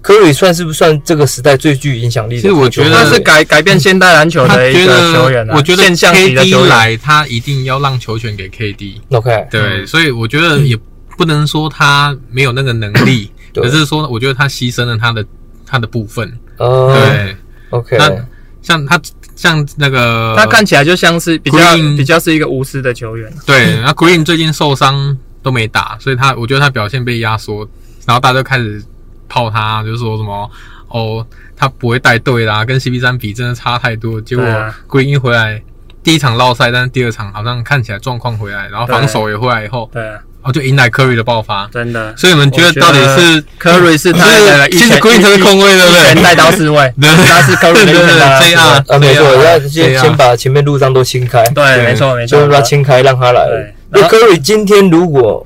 [SPEAKER 2] 科里算是不算这个时代最具影响力
[SPEAKER 1] 嗯其实
[SPEAKER 2] 的球员？
[SPEAKER 1] 我觉得
[SPEAKER 3] 他是改改变现代篮球
[SPEAKER 1] 他
[SPEAKER 3] 的一
[SPEAKER 1] 觉
[SPEAKER 3] 个球
[SPEAKER 1] 得
[SPEAKER 3] 员，啊，
[SPEAKER 1] 我觉得
[SPEAKER 3] 现象级的球
[SPEAKER 1] KD
[SPEAKER 3] 员。
[SPEAKER 1] 来，他一定要让球权给 KD。
[SPEAKER 2] OK，
[SPEAKER 1] 对，所以我觉得也不能说他没有那个能力，
[SPEAKER 3] 嗯
[SPEAKER 1] [laughs]
[SPEAKER 2] 对
[SPEAKER 1] 可是说我觉得他牺牲了他的他的部分。
[SPEAKER 2] 呃
[SPEAKER 3] 嗯
[SPEAKER 1] 对，
[SPEAKER 2] ，OK，
[SPEAKER 1] 那像他像那个
[SPEAKER 3] 他看起来就像是比较
[SPEAKER 1] Green
[SPEAKER 3] 比较是一个无私的球员啊，
[SPEAKER 1] [laughs] 对，那 Green 最近受伤都没打，所以他我觉得他表现被压缩，然后大家就开始泡他，就说什么哦，他不会带队啦，跟 CP 三比真的差太多。结果
[SPEAKER 3] 对啊
[SPEAKER 1] Green 一回来，第一场落赛，但是第二场好像看起来状况回来，然后防守也回来以后，
[SPEAKER 3] 对啊，
[SPEAKER 1] 哦就迎来 Curry 的爆发。
[SPEAKER 3] 真的。
[SPEAKER 1] 所以你们觉得到底是
[SPEAKER 3] 科瑞是他的一
[SPEAKER 1] 其实
[SPEAKER 3] 拳
[SPEAKER 1] Green 才是控卫，对不
[SPEAKER 3] 一拳
[SPEAKER 1] 对？
[SPEAKER 3] 带刀四位，
[SPEAKER 1] [laughs] 对
[SPEAKER 3] 他是科瑞的一拳带刀
[SPEAKER 1] 对
[SPEAKER 3] 四
[SPEAKER 1] 啊
[SPEAKER 3] 位。
[SPEAKER 2] 啊，没错，
[SPEAKER 1] 对啊
[SPEAKER 2] 那先
[SPEAKER 1] 对啊
[SPEAKER 2] 先把前面路障都清开，
[SPEAKER 3] 对，没错没
[SPEAKER 2] 就
[SPEAKER 3] 错
[SPEAKER 2] 是。把它清开，让他来
[SPEAKER 3] 对。
[SPEAKER 2] 那
[SPEAKER 3] 然后
[SPEAKER 2] 科里今天如果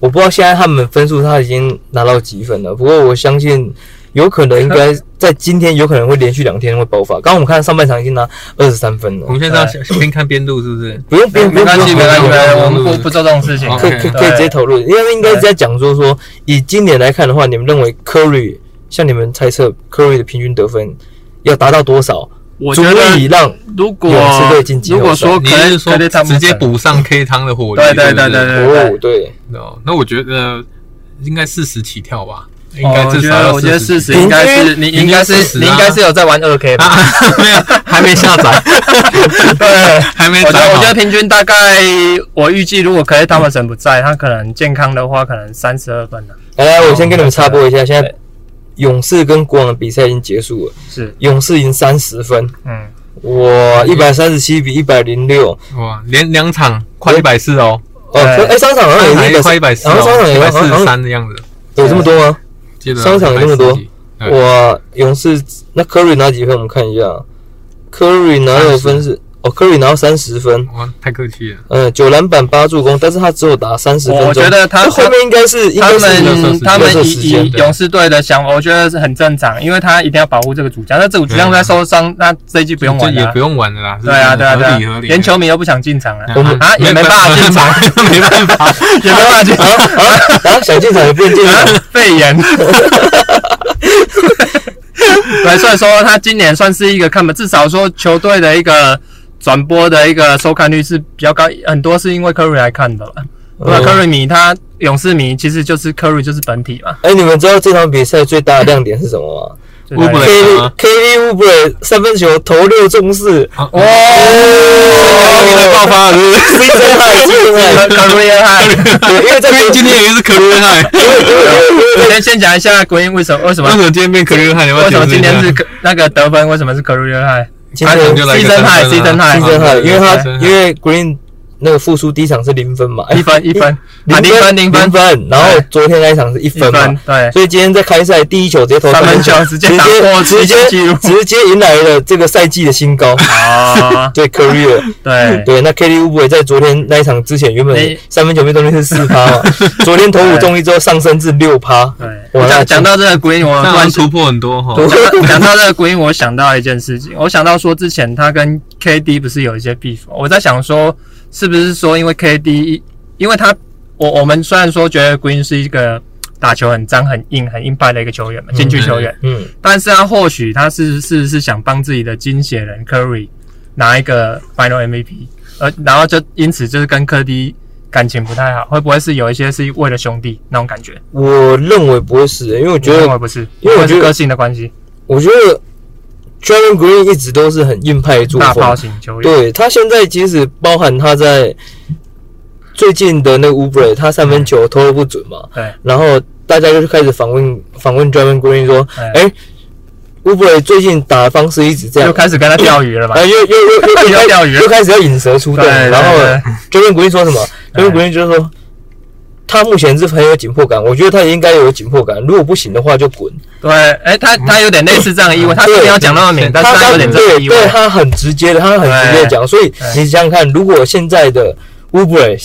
[SPEAKER 2] 我不知道现在他们分数他已经拿到几分了，不过我相信有可能应该在今天有可能会连续两天会爆发。刚刚我们看上半场已经拿二十三分了
[SPEAKER 1] [laughs] 我，们现在要边看边录，是不是？
[SPEAKER 2] 不用不用不
[SPEAKER 3] 嗯没没
[SPEAKER 2] 用，
[SPEAKER 3] 关系，
[SPEAKER 2] 不用
[SPEAKER 3] 没关系，
[SPEAKER 2] 不用
[SPEAKER 3] 没关系，
[SPEAKER 1] 不
[SPEAKER 3] 我
[SPEAKER 1] 用
[SPEAKER 3] 们不不做这种事情
[SPEAKER 1] 好。
[SPEAKER 2] 可以可以可以直接讨论，因为应该是在讲说说，以今年来看的话，你们认为 Curry 像你们猜测 Curry 的平均得分要达到多少，
[SPEAKER 3] 我
[SPEAKER 2] 足
[SPEAKER 3] 觉得
[SPEAKER 2] 以让
[SPEAKER 3] 如果
[SPEAKER 2] 勇士队晋级
[SPEAKER 3] 如果说
[SPEAKER 1] 你
[SPEAKER 3] 哦可
[SPEAKER 1] 是
[SPEAKER 3] 能
[SPEAKER 1] 说直接，补上 K 汤的火力？
[SPEAKER 3] 对对
[SPEAKER 1] 不
[SPEAKER 3] 对对对
[SPEAKER 2] 哦
[SPEAKER 3] 对。
[SPEAKER 2] 对
[SPEAKER 1] 哦，那我觉得应该四十起跳吧，应
[SPEAKER 3] 哦
[SPEAKER 1] 该
[SPEAKER 3] 我
[SPEAKER 1] 至
[SPEAKER 3] 觉
[SPEAKER 1] 少
[SPEAKER 3] 得
[SPEAKER 1] 要
[SPEAKER 3] 我觉得
[SPEAKER 1] 40
[SPEAKER 3] 四
[SPEAKER 1] 起
[SPEAKER 3] 十
[SPEAKER 1] 跳
[SPEAKER 3] 应该是
[SPEAKER 1] 平均
[SPEAKER 3] 你应
[SPEAKER 1] 平
[SPEAKER 3] 该是
[SPEAKER 1] 均40
[SPEAKER 3] 你
[SPEAKER 1] 啊
[SPEAKER 3] 应该是有在玩二 K 吧？
[SPEAKER 1] [laughs] 啊，没有，还没下载，
[SPEAKER 3] [laughs] 对，
[SPEAKER 1] 还没
[SPEAKER 3] 我觉
[SPEAKER 1] 载
[SPEAKER 3] 得我
[SPEAKER 1] 好
[SPEAKER 3] 觉得。平均大概我预计，如果可以汤普森不在，他可能健康的话，可能三十二分了。啊
[SPEAKER 2] 来来，我先跟你们插播一下，现在
[SPEAKER 3] 对
[SPEAKER 2] 勇士跟国王的比赛已经结束了，
[SPEAKER 3] 是，
[SPEAKER 2] 勇士赢三十分，
[SPEAKER 3] 嗯，
[SPEAKER 2] 我一百三十七比一百零六，
[SPEAKER 1] 哇，连两场快一百四哦，
[SPEAKER 2] 哦，
[SPEAKER 3] 对
[SPEAKER 2] 哎，商场好像
[SPEAKER 1] 上场
[SPEAKER 2] 也
[SPEAKER 1] 也
[SPEAKER 2] 是
[SPEAKER 1] 快一百四
[SPEAKER 2] 然后商场
[SPEAKER 1] 哦，一
[SPEAKER 2] 也
[SPEAKER 1] 百
[SPEAKER 2] 好
[SPEAKER 1] 四
[SPEAKER 2] 像
[SPEAKER 1] 十
[SPEAKER 2] 好像
[SPEAKER 1] 三的样子，
[SPEAKER 2] 有这么多吗？
[SPEAKER 1] 记得
[SPEAKER 2] 商场有那么多
[SPEAKER 1] 140对
[SPEAKER 2] 我勇士那 Curry 拿几分？我们看一下，Curry 拿到的分是哦，Curry 拿到三十分，
[SPEAKER 1] 哇，太客气了，
[SPEAKER 2] 嗯，九篮板八助攻，但是他只有打三十分钟。
[SPEAKER 3] 我觉得他
[SPEAKER 2] 这后面应该是应
[SPEAKER 3] 他
[SPEAKER 2] 该是
[SPEAKER 1] 热身
[SPEAKER 3] 们
[SPEAKER 1] 时
[SPEAKER 3] 他
[SPEAKER 2] 热
[SPEAKER 3] 们
[SPEAKER 2] 身
[SPEAKER 3] 以
[SPEAKER 2] 时间
[SPEAKER 3] 以
[SPEAKER 1] 对
[SPEAKER 3] 勇士队的想法，我觉得是很正常，因为他一定要保护这个主将。那这个主将在受伤，那这一季不用
[SPEAKER 1] 这
[SPEAKER 3] 玩了
[SPEAKER 1] 也
[SPEAKER 3] 啊
[SPEAKER 1] 不。用玩了啦，
[SPEAKER 3] 对啊，
[SPEAKER 1] 是不
[SPEAKER 3] 对
[SPEAKER 1] 是
[SPEAKER 3] 啊，对
[SPEAKER 1] 合理合
[SPEAKER 3] 啊，
[SPEAKER 1] 理，
[SPEAKER 3] 连球迷都不想进场了
[SPEAKER 1] 啊。
[SPEAKER 2] 我们
[SPEAKER 3] 啊，也没办法进场，
[SPEAKER 1] [laughs]
[SPEAKER 3] 哦
[SPEAKER 1] 没办法，
[SPEAKER 3] 也没办法进
[SPEAKER 2] 啊
[SPEAKER 3] 场，
[SPEAKER 2] 然后想进场也不能进
[SPEAKER 3] [laughs]
[SPEAKER 2] 场，
[SPEAKER 3] 肺炎。对，所以说他今年算是一个看吧，至少说球队的一个转播的一个收看率是比较高，很多是因为科瑞来看的了。对吧，
[SPEAKER 2] 嗯
[SPEAKER 3] 科瑞迷他勇士迷其实就是科瑞就是本体嘛。
[SPEAKER 2] 哎，你们知道这场比赛最大的亮点是什么吗
[SPEAKER 3] 对不对
[SPEAKER 1] 乌布雷
[SPEAKER 2] ？K
[SPEAKER 1] 啊
[SPEAKER 2] K V 乌布雷三分球投六中四，
[SPEAKER 1] 啊
[SPEAKER 2] 哇！
[SPEAKER 1] 哦爆发了，是
[SPEAKER 3] [laughs]
[SPEAKER 1] 不是？
[SPEAKER 2] 非常好，非常好
[SPEAKER 3] 科瑞害。
[SPEAKER 2] 对因为
[SPEAKER 3] [laughs]
[SPEAKER 2] 在
[SPEAKER 1] 今天也是可热害，
[SPEAKER 3] 啊先先讲一下国英为什 [laughs] 么为
[SPEAKER 1] [laughs]
[SPEAKER 3] 什
[SPEAKER 1] 为什
[SPEAKER 3] 么
[SPEAKER 1] 么今天变可热害？你要不
[SPEAKER 3] 为
[SPEAKER 1] 要
[SPEAKER 3] 什么
[SPEAKER 1] 解释
[SPEAKER 3] 今
[SPEAKER 1] 一下
[SPEAKER 3] 天是科 [laughs] 那个得分为什么是科瑞害？
[SPEAKER 2] 今
[SPEAKER 1] 他
[SPEAKER 2] 天
[SPEAKER 1] 可能
[SPEAKER 2] 非
[SPEAKER 1] 就来一个
[SPEAKER 3] 西
[SPEAKER 1] 三
[SPEAKER 3] 森害，西
[SPEAKER 1] 分
[SPEAKER 3] 森
[SPEAKER 1] 啊
[SPEAKER 3] 害，
[SPEAKER 2] 常好，因为他
[SPEAKER 1] 对
[SPEAKER 2] 因为 Green 那个复苏第一场是零分嘛，哎
[SPEAKER 3] 一分一
[SPEAKER 2] [laughs]
[SPEAKER 3] 分啊
[SPEAKER 2] 零
[SPEAKER 3] 零分零
[SPEAKER 2] 零
[SPEAKER 3] 分
[SPEAKER 2] 分，然后昨天那一场是一
[SPEAKER 3] 一
[SPEAKER 2] 分嘛，
[SPEAKER 3] [laughs] 对。
[SPEAKER 2] 所以今天在开赛第一球直接投
[SPEAKER 3] 三分球
[SPEAKER 2] 直
[SPEAKER 3] 直接
[SPEAKER 2] 接
[SPEAKER 3] 打破
[SPEAKER 2] 直
[SPEAKER 3] 世界
[SPEAKER 2] 接
[SPEAKER 3] 纪录
[SPEAKER 2] 直接迎来了这个赛季的新高。
[SPEAKER 3] 啊，
[SPEAKER 2] 对 career，
[SPEAKER 3] 对，
[SPEAKER 2] 对，那 KD 乌布也在昨天那一场之前，原本
[SPEAKER 3] 哎
[SPEAKER 2] 三分球命中率是四趴
[SPEAKER 3] [laughs]
[SPEAKER 2] 嘛，昨天投五中一之后上升至六趴。
[SPEAKER 3] 对，
[SPEAKER 2] 我
[SPEAKER 3] 我
[SPEAKER 2] 来
[SPEAKER 3] 讲讲到这个 Green，我
[SPEAKER 1] 那好
[SPEAKER 3] 突然
[SPEAKER 1] 像
[SPEAKER 3] 想
[SPEAKER 1] 突破很多哈，
[SPEAKER 3] 到讲到这个 Green，我想到一件事情，我想到说之前他跟 KD 不是有一些 beef，吗我在想说是不是说因为 KD，因为他我我们虽然说觉得 Green 是一个打球很脏、很硬、很硬派的一个球员嘛，禁区球员，
[SPEAKER 2] 嗯，
[SPEAKER 3] 但是他或许他是是是想帮自己的金血人 Curry 拿一个 Final MVP，呃，然后就因此就是跟科迪感情不太好，会不会是有一些是为了兄弟那种感觉？
[SPEAKER 2] 我认为不会是，因为我觉
[SPEAKER 3] 你认
[SPEAKER 2] 得
[SPEAKER 3] 为不是，
[SPEAKER 2] 因为我
[SPEAKER 3] 会
[SPEAKER 2] 觉
[SPEAKER 3] 不会
[SPEAKER 2] 得
[SPEAKER 3] 是个性的关系，
[SPEAKER 2] 我觉得 d r a m o n Green 一直都是很硬派的作
[SPEAKER 3] 大
[SPEAKER 2] 风
[SPEAKER 3] 炮，型球员，
[SPEAKER 2] 对他现在即使包含他在最近的那个 u b r 他三分球投的不准嘛，
[SPEAKER 3] 对
[SPEAKER 2] 然后大家就开始访问访问 d r a m o n Green 说，
[SPEAKER 3] 哎
[SPEAKER 2] 哎、u b r 最近打的方式一直这样
[SPEAKER 3] 又，开始跟他钓鱼了嘛
[SPEAKER 2] 啊，？又又又又
[SPEAKER 3] [laughs] 又
[SPEAKER 2] 又
[SPEAKER 3] 钓鱼
[SPEAKER 2] 又开始要引蛇出洞，
[SPEAKER 3] 对对
[SPEAKER 2] 然后
[SPEAKER 3] 对
[SPEAKER 2] j o r 说什么 j
[SPEAKER 3] 对
[SPEAKER 2] o r 就是说，他目前是很有紧迫感，我觉得他也应该有紧迫感，如果不行的话就滚。
[SPEAKER 3] 对，哎，他他有点类似这样的意味，
[SPEAKER 2] 嗯
[SPEAKER 3] 他
[SPEAKER 2] 对
[SPEAKER 3] 一定要讲那么明，但是
[SPEAKER 2] 他
[SPEAKER 3] 他有点这样的
[SPEAKER 2] 对
[SPEAKER 3] 意味哎
[SPEAKER 2] 对，。他很直接的，他很直接地讲。所以你想想看，如果现在的 Uber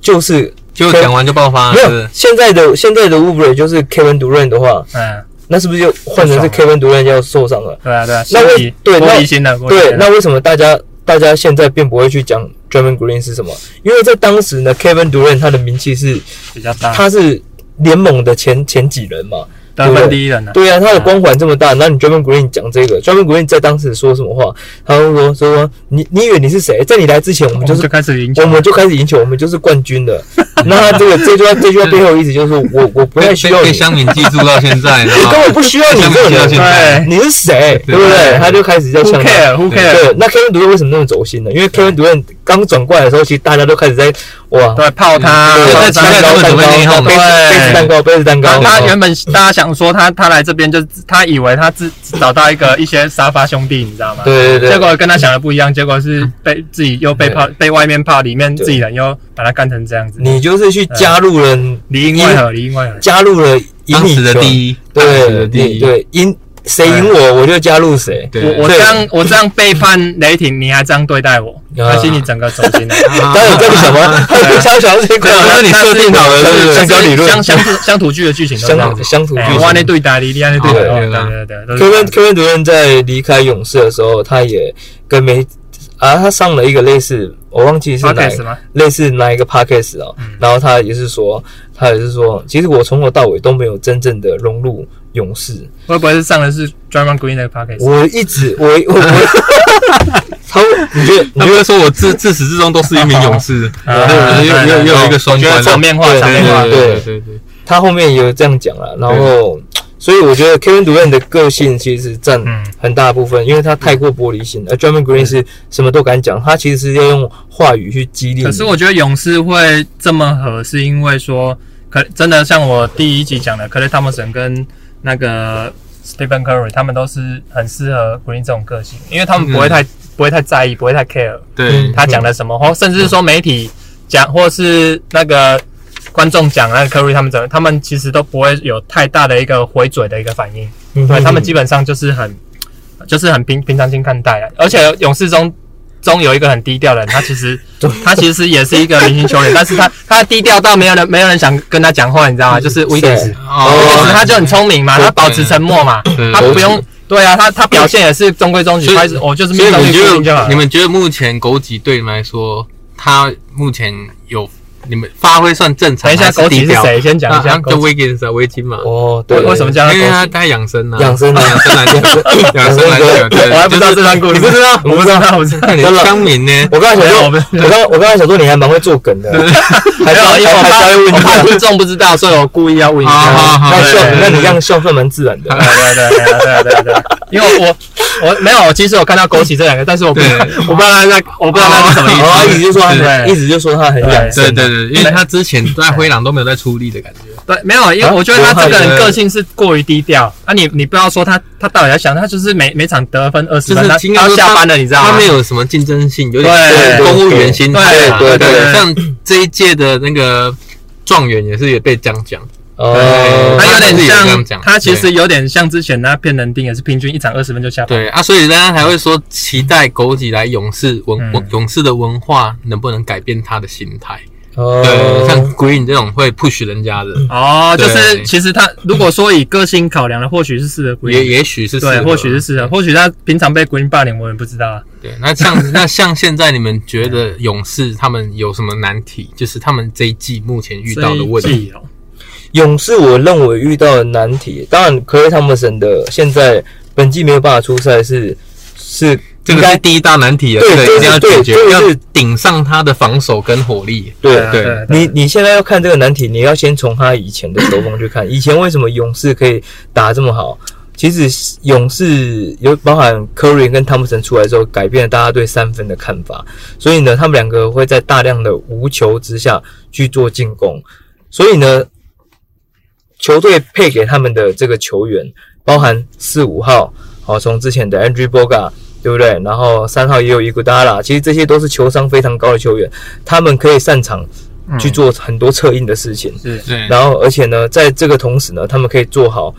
[SPEAKER 2] 就是
[SPEAKER 1] 就讲完就爆
[SPEAKER 3] 啊
[SPEAKER 1] 发了，
[SPEAKER 2] 没
[SPEAKER 1] 是不
[SPEAKER 2] 有
[SPEAKER 1] 是？
[SPEAKER 2] 现在的现在的 Uber 就是 Kevin Durant 的话，
[SPEAKER 3] 嗯，
[SPEAKER 2] 那是不是就换成是 Kevin Durant 要受伤了？
[SPEAKER 3] 对啊，对啊，
[SPEAKER 2] 那为
[SPEAKER 3] 心理
[SPEAKER 2] 对那
[SPEAKER 3] 玻璃心啊的，玻璃心
[SPEAKER 2] 对
[SPEAKER 3] 的，
[SPEAKER 2] 那为什么大家大家现在并不会去讲 Draymond Green 是什么？因为在当时呢，Kevin Durant 他的名气是
[SPEAKER 3] 比较大，
[SPEAKER 2] 他是联盟的前前几人嘛，
[SPEAKER 3] 得分第一人呢，
[SPEAKER 2] 对啊，他的光环这么大，那你 Draymond Green 讲这个，Draymond Green 在当时说什么话？他会说说你你以为你是谁？在你来之前，我
[SPEAKER 3] 我
[SPEAKER 2] 们
[SPEAKER 3] 们
[SPEAKER 2] 就是
[SPEAKER 3] 就开始赢球
[SPEAKER 2] 我
[SPEAKER 3] 了，
[SPEAKER 2] 们就开始赢球，我们就是冠军了。那他这个这句话这句话背后的意思就是说我我不太
[SPEAKER 1] 被
[SPEAKER 2] 需要
[SPEAKER 1] 被
[SPEAKER 2] 你
[SPEAKER 1] 被，乡民记住到现在，你知
[SPEAKER 2] 我
[SPEAKER 1] 道
[SPEAKER 2] 根
[SPEAKER 1] 吗？
[SPEAKER 2] 本不需要你
[SPEAKER 1] 被乡
[SPEAKER 2] 这
[SPEAKER 1] 民
[SPEAKER 2] 个
[SPEAKER 1] 记到现在
[SPEAKER 2] 人，
[SPEAKER 3] 对，
[SPEAKER 2] 你是谁？
[SPEAKER 1] 对
[SPEAKER 2] 对不对？他就开始在
[SPEAKER 3] Who
[SPEAKER 2] 想他。
[SPEAKER 3] care？Who
[SPEAKER 1] 对
[SPEAKER 3] care？
[SPEAKER 2] 对，那 Kevin Durant 为什么那么走心呢？因为 Kevin Durant 刚转过来的时候，其实大家都开始在哇，
[SPEAKER 3] 对，泡他，啊
[SPEAKER 1] 对
[SPEAKER 3] 泡
[SPEAKER 1] 那
[SPEAKER 3] 他
[SPEAKER 1] 奇怪
[SPEAKER 2] 蛋
[SPEAKER 1] 他
[SPEAKER 2] 糕
[SPEAKER 1] 们怎
[SPEAKER 2] 蛋
[SPEAKER 1] 么会内讧
[SPEAKER 2] 糕
[SPEAKER 1] 呢
[SPEAKER 2] 杯子杯子蛋糕杯子蛋糕
[SPEAKER 3] 他，他
[SPEAKER 1] 对
[SPEAKER 3] 原本大家想说他他来这边就他以为他自找到一个一些沙发兄弟，你知道吗？。
[SPEAKER 2] 对对对，
[SPEAKER 3] 结果跟他想的不一样，结果是被自己又被泡，被外面泡，里面
[SPEAKER 2] 对
[SPEAKER 3] 自己人又把他干成这样子。
[SPEAKER 2] 你就是去加入了
[SPEAKER 3] 里应外合，里应外合。
[SPEAKER 2] 加入了赢
[SPEAKER 1] 当
[SPEAKER 2] 你
[SPEAKER 1] 时的
[SPEAKER 2] 球
[SPEAKER 1] 第一，当时
[SPEAKER 2] 对
[SPEAKER 1] 的第
[SPEAKER 2] 你
[SPEAKER 1] 一，
[SPEAKER 2] 对赢谁赢我我就加入谁，
[SPEAKER 1] 对
[SPEAKER 3] 我我
[SPEAKER 2] 对
[SPEAKER 3] 这样我这样背叛雷霆，你还这样对待我，
[SPEAKER 2] 啊
[SPEAKER 3] 他心里整个走心了。
[SPEAKER 1] 啊
[SPEAKER 2] [laughs] 他有这个什么？他有相想这个，
[SPEAKER 1] 这是你设定好的，对不对？
[SPEAKER 2] 香蕉理论
[SPEAKER 3] 乡乡土乡土剧的剧情都这样
[SPEAKER 2] 相
[SPEAKER 3] 子。
[SPEAKER 2] 相处
[SPEAKER 3] 哎
[SPEAKER 2] 剧
[SPEAKER 3] 我那
[SPEAKER 2] 情。
[SPEAKER 3] 对打你，你那对打
[SPEAKER 2] 对
[SPEAKER 3] 哦，
[SPEAKER 1] 对
[SPEAKER 3] 对对对。
[SPEAKER 2] 科
[SPEAKER 3] 对
[SPEAKER 2] 温科温主任在离开勇士的时候，他也跟媒啊，他上了一个类似我忘记是哪
[SPEAKER 3] Podcast 吗？
[SPEAKER 2] 类似哪一个 podcast 哦，
[SPEAKER 1] 嗯
[SPEAKER 2] 然后他也是说，他也是说，其实我从头到尾都没有真正的融入勇士，
[SPEAKER 1] [laughs]
[SPEAKER 3] 会不会是上的是 Draymond Green 的 Podcast？
[SPEAKER 2] 我一直我我我，他你觉得你
[SPEAKER 1] 他
[SPEAKER 2] 觉
[SPEAKER 1] 们
[SPEAKER 2] 得
[SPEAKER 1] 会说我自自始至终都是一名勇士，
[SPEAKER 3] 啊
[SPEAKER 1] 对，又又又有一个双
[SPEAKER 3] 我觉
[SPEAKER 1] 关
[SPEAKER 3] 得
[SPEAKER 1] 了，
[SPEAKER 3] 场面化，
[SPEAKER 2] 对
[SPEAKER 3] 场
[SPEAKER 1] 对
[SPEAKER 3] 面化
[SPEAKER 1] 对。对对对，
[SPEAKER 2] 他后面也有这样讲了，然后，所以我觉得 Kevin Durant 的个性其实占
[SPEAKER 3] 嗯
[SPEAKER 2] 很大部分，因为他太过玻璃心，而 Draymond Green 是什么都敢讲，他其实是要用话语去激励你。
[SPEAKER 3] 可是我觉得勇士会这么合，是因为说，可真的像我第一集讲的，克雷汤姆森跟那个 Stephen Curry，他们都是很适合 Green 这种个性，因为他们不会太、不会太在意，不会太 care
[SPEAKER 1] 对
[SPEAKER 3] 他讲了什么，或甚至是说媒体讲，或是那个观众讲那个 Curry 他们怎么，他们其实都不会有太大的一个回嘴的一个反应。
[SPEAKER 2] 嗯
[SPEAKER 3] 对他们基本上就是很，就是很平平常心看待啊。而且勇士中中有一个很低调的人，他
[SPEAKER 1] [laughs]
[SPEAKER 3] 其实他其实也是一个明星球员，但是他他低调到没有人没有人想跟他讲话，你知道吗？就是威廉斯，
[SPEAKER 2] 是
[SPEAKER 3] 威廉斯
[SPEAKER 1] 嗯
[SPEAKER 3] 他
[SPEAKER 1] 哦，
[SPEAKER 3] 就很聪明嘛，他保持沉默嘛
[SPEAKER 1] 对，
[SPEAKER 3] 他不用对啊，他他表现也是中规中矩，
[SPEAKER 1] 所以
[SPEAKER 3] 他是我就是
[SPEAKER 1] 所以
[SPEAKER 3] 命中
[SPEAKER 1] 你
[SPEAKER 3] 率
[SPEAKER 1] 觉
[SPEAKER 3] 固定就好
[SPEAKER 1] 得你
[SPEAKER 3] 了。
[SPEAKER 1] 们觉得目前枸杞对你们来说，他目前有你们发挥算正常？
[SPEAKER 3] 等一下，枸杞是谁？先讲一下
[SPEAKER 1] 啊，就
[SPEAKER 3] 枸杞。
[SPEAKER 1] 威廉斯啊，围巾嘛，
[SPEAKER 2] 哦，对，
[SPEAKER 3] 为为什么叫他
[SPEAKER 1] 因为他
[SPEAKER 3] 枸杞？
[SPEAKER 1] 他养生啊，
[SPEAKER 2] 养生
[SPEAKER 3] [laughs]
[SPEAKER 2] 呢？
[SPEAKER 1] 养生篮球，养生篮球，对，
[SPEAKER 3] 我还不知道
[SPEAKER 1] 就是
[SPEAKER 3] 这段故事
[SPEAKER 1] 你不知道？
[SPEAKER 3] 我不知道，我不知道。
[SPEAKER 1] [laughs] 看你
[SPEAKER 2] 真的
[SPEAKER 1] 乡民呢？
[SPEAKER 2] 我刚才想说，
[SPEAKER 3] 我们
[SPEAKER 2] 我刚我刚才想说你还蛮会做梗的，还
[SPEAKER 3] 没有，因为我
[SPEAKER 2] 还
[SPEAKER 3] 怕
[SPEAKER 2] 还会问
[SPEAKER 3] 我怕 [laughs]
[SPEAKER 2] 你。嗯
[SPEAKER 3] 听众不知道，所以我故意要问一
[SPEAKER 1] 好
[SPEAKER 3] 下
[SPEAKER 1] 好。好
[SPEAKER 2] 那笑，
[SPEAKER 3] 对
[SPEAKER 2] 那你这样笑算蛮自然的。
[SPEAKER 3] 对对对对对对
[SPEAKER 2] [laughs]
[SPEAKER 3] 对，因为我我没有，其实我看到枸杞这两个，但是我不
[SPEAKER 1] 对哦
[SPEAKER 3] 我不知道他在，我不知道他是什么
[SPEAKER 2] 然后哦他
[SPEAKER 3] 意
[SPEAKER 2] 一直
[SPEAKER 3] 思。
[SPEAKER 2] 就说他很，
[SPEAKER 3] 对
[SPEAKER 2] 一直就说他很养
[SPEAKER 3] 啊
[SPEAKER 1] 对
[SPEAKER 2] 生。
[SPEAKER 1] 对对，因为他之前在灰狼都没有在出力的感觉。
[SPEAKER 3] 对，没有，因
[SPEAKER 1] 啊
[SPEAKER 3] 为我觉得他这个人个性是过于低调啊，你你不要说他他到底在想，他就是每每场得分二十
[SPEAKER 1] 就是
[SPEAKER 3] 分，他
[SPEAKER 1] 应该
[SPEAKER 3] 他
[SPEAKER 1] 说
[SPEAKER 3] 下
[SPEAKER 1] 他
[SPEAKER 3] 班了，你知道
[SPEAKER 1] 他
[SPEAKER 3] 吗
[SPEAKER 1] 没？有什么竞争性，有
[SPEAKER 3] 啊对
[SPEAKER 1] 点
[SPEAKER 2] 对
[SPEAKER 1] 公务员心态啊。
[SPEAKER 2] 对对对
[SPEAKER 1] 像这一届的那个状元也是也被这样讲，
[SPEAKER 2] 哦，
[SPEAKER 3] 他有
[SPEAKER 1] 呃他自己
[SPEAKER 3] 点
[SPEAKER 1] 也这样
[SPEAKER 3] 像，
[SPEAKER 1] 讲
[SPEAKER 3] 他其实有点像之前那骗人丁也是平均一场二十分就下班。
[SPEAKER 1] 对啊，所以大家还会说期待枸杞来勇士文、
[SPEAKER 3] 嗯
[SPEAKER 1] 文勇士的文化能不能改变他的心态？
[SPEAKER 3] 呃
[SPEAKER 1] 对，像
[SPEAKER 2] 哦，
[SPEAKER 1] Green 这种会 push 人家的，
[SPEAKER 3] 哦，就
[SPEAKER 1] 对
[SPEAKER 3] 是其实他如果说以个性考量的，或许是适合 Green，
[SPEAKER 1] 也也许是适
[SPEAKER 3] 对，
[SPEAKER 1] 合
[SPEAKER 3] 或许是适合，或许他平常被 Green 霸凌，我也不知道啊。
[SPEAKER 1] 对。那像那像现在你们觉得勇士他们有什么难题？就是他们这一季目前遇到的问
[SPEAKER 3] 这
[SPEAKER 1] 题。
[SPEAKER 3] 一季哦，
[SPEAKER 2] 勇士我认为遇到的难题，当然科瑞汤姆森的现在本季没有办法出赛是是
[SPEAKER 1] 这
[SPEAKER 2] 应
[SPEAKER 1] 个
[SPEAKER 2] 该
[SPEAKER 1] 是第一大难题啊，
[SPEAKER 2] 对
[SPEAKER 1] 这个一定要
[SPEAKER 2] 这
[SPEAKER 1] 解
[SPEAKER 2] 个
[SPEAKER 1] 决
[SPEAKER 2] 对这，个
[SPEAKER 1] 要
[SPEAKER 2] 是
[SPEAKER 1] 顶上他的防守跟火力。
[SPEAKER 2] 对。
[SPEAKER 1] 对
[SPEAKER 3] 啊
[SPEAKER 2] 你你现在要看这个难题，你要先从他以前的球风去看，以前为什么勇士可以打这么好？其实勇士有包含科瑞跟汤普森出来之后，改变了大家对三分的看法，所以呢，他们两个会在大量的无球之下去做进攻，所以呢，球队配给他们的这个球员，包含四五号，好、从之前的 Andrew Boga，对不对？然后三号也有伊古达拉，其实这些都是球商非常高的球员，他们可以擅长
[SPEAKER 3] 嗯
[SPEAKER 2] 去做很多策应的事情。
[SPEAKER 3] 是
[SPEAKER 1] 对，
[SPEAKER 2] 然后，而且呢，在这个同时呢，他们可以做好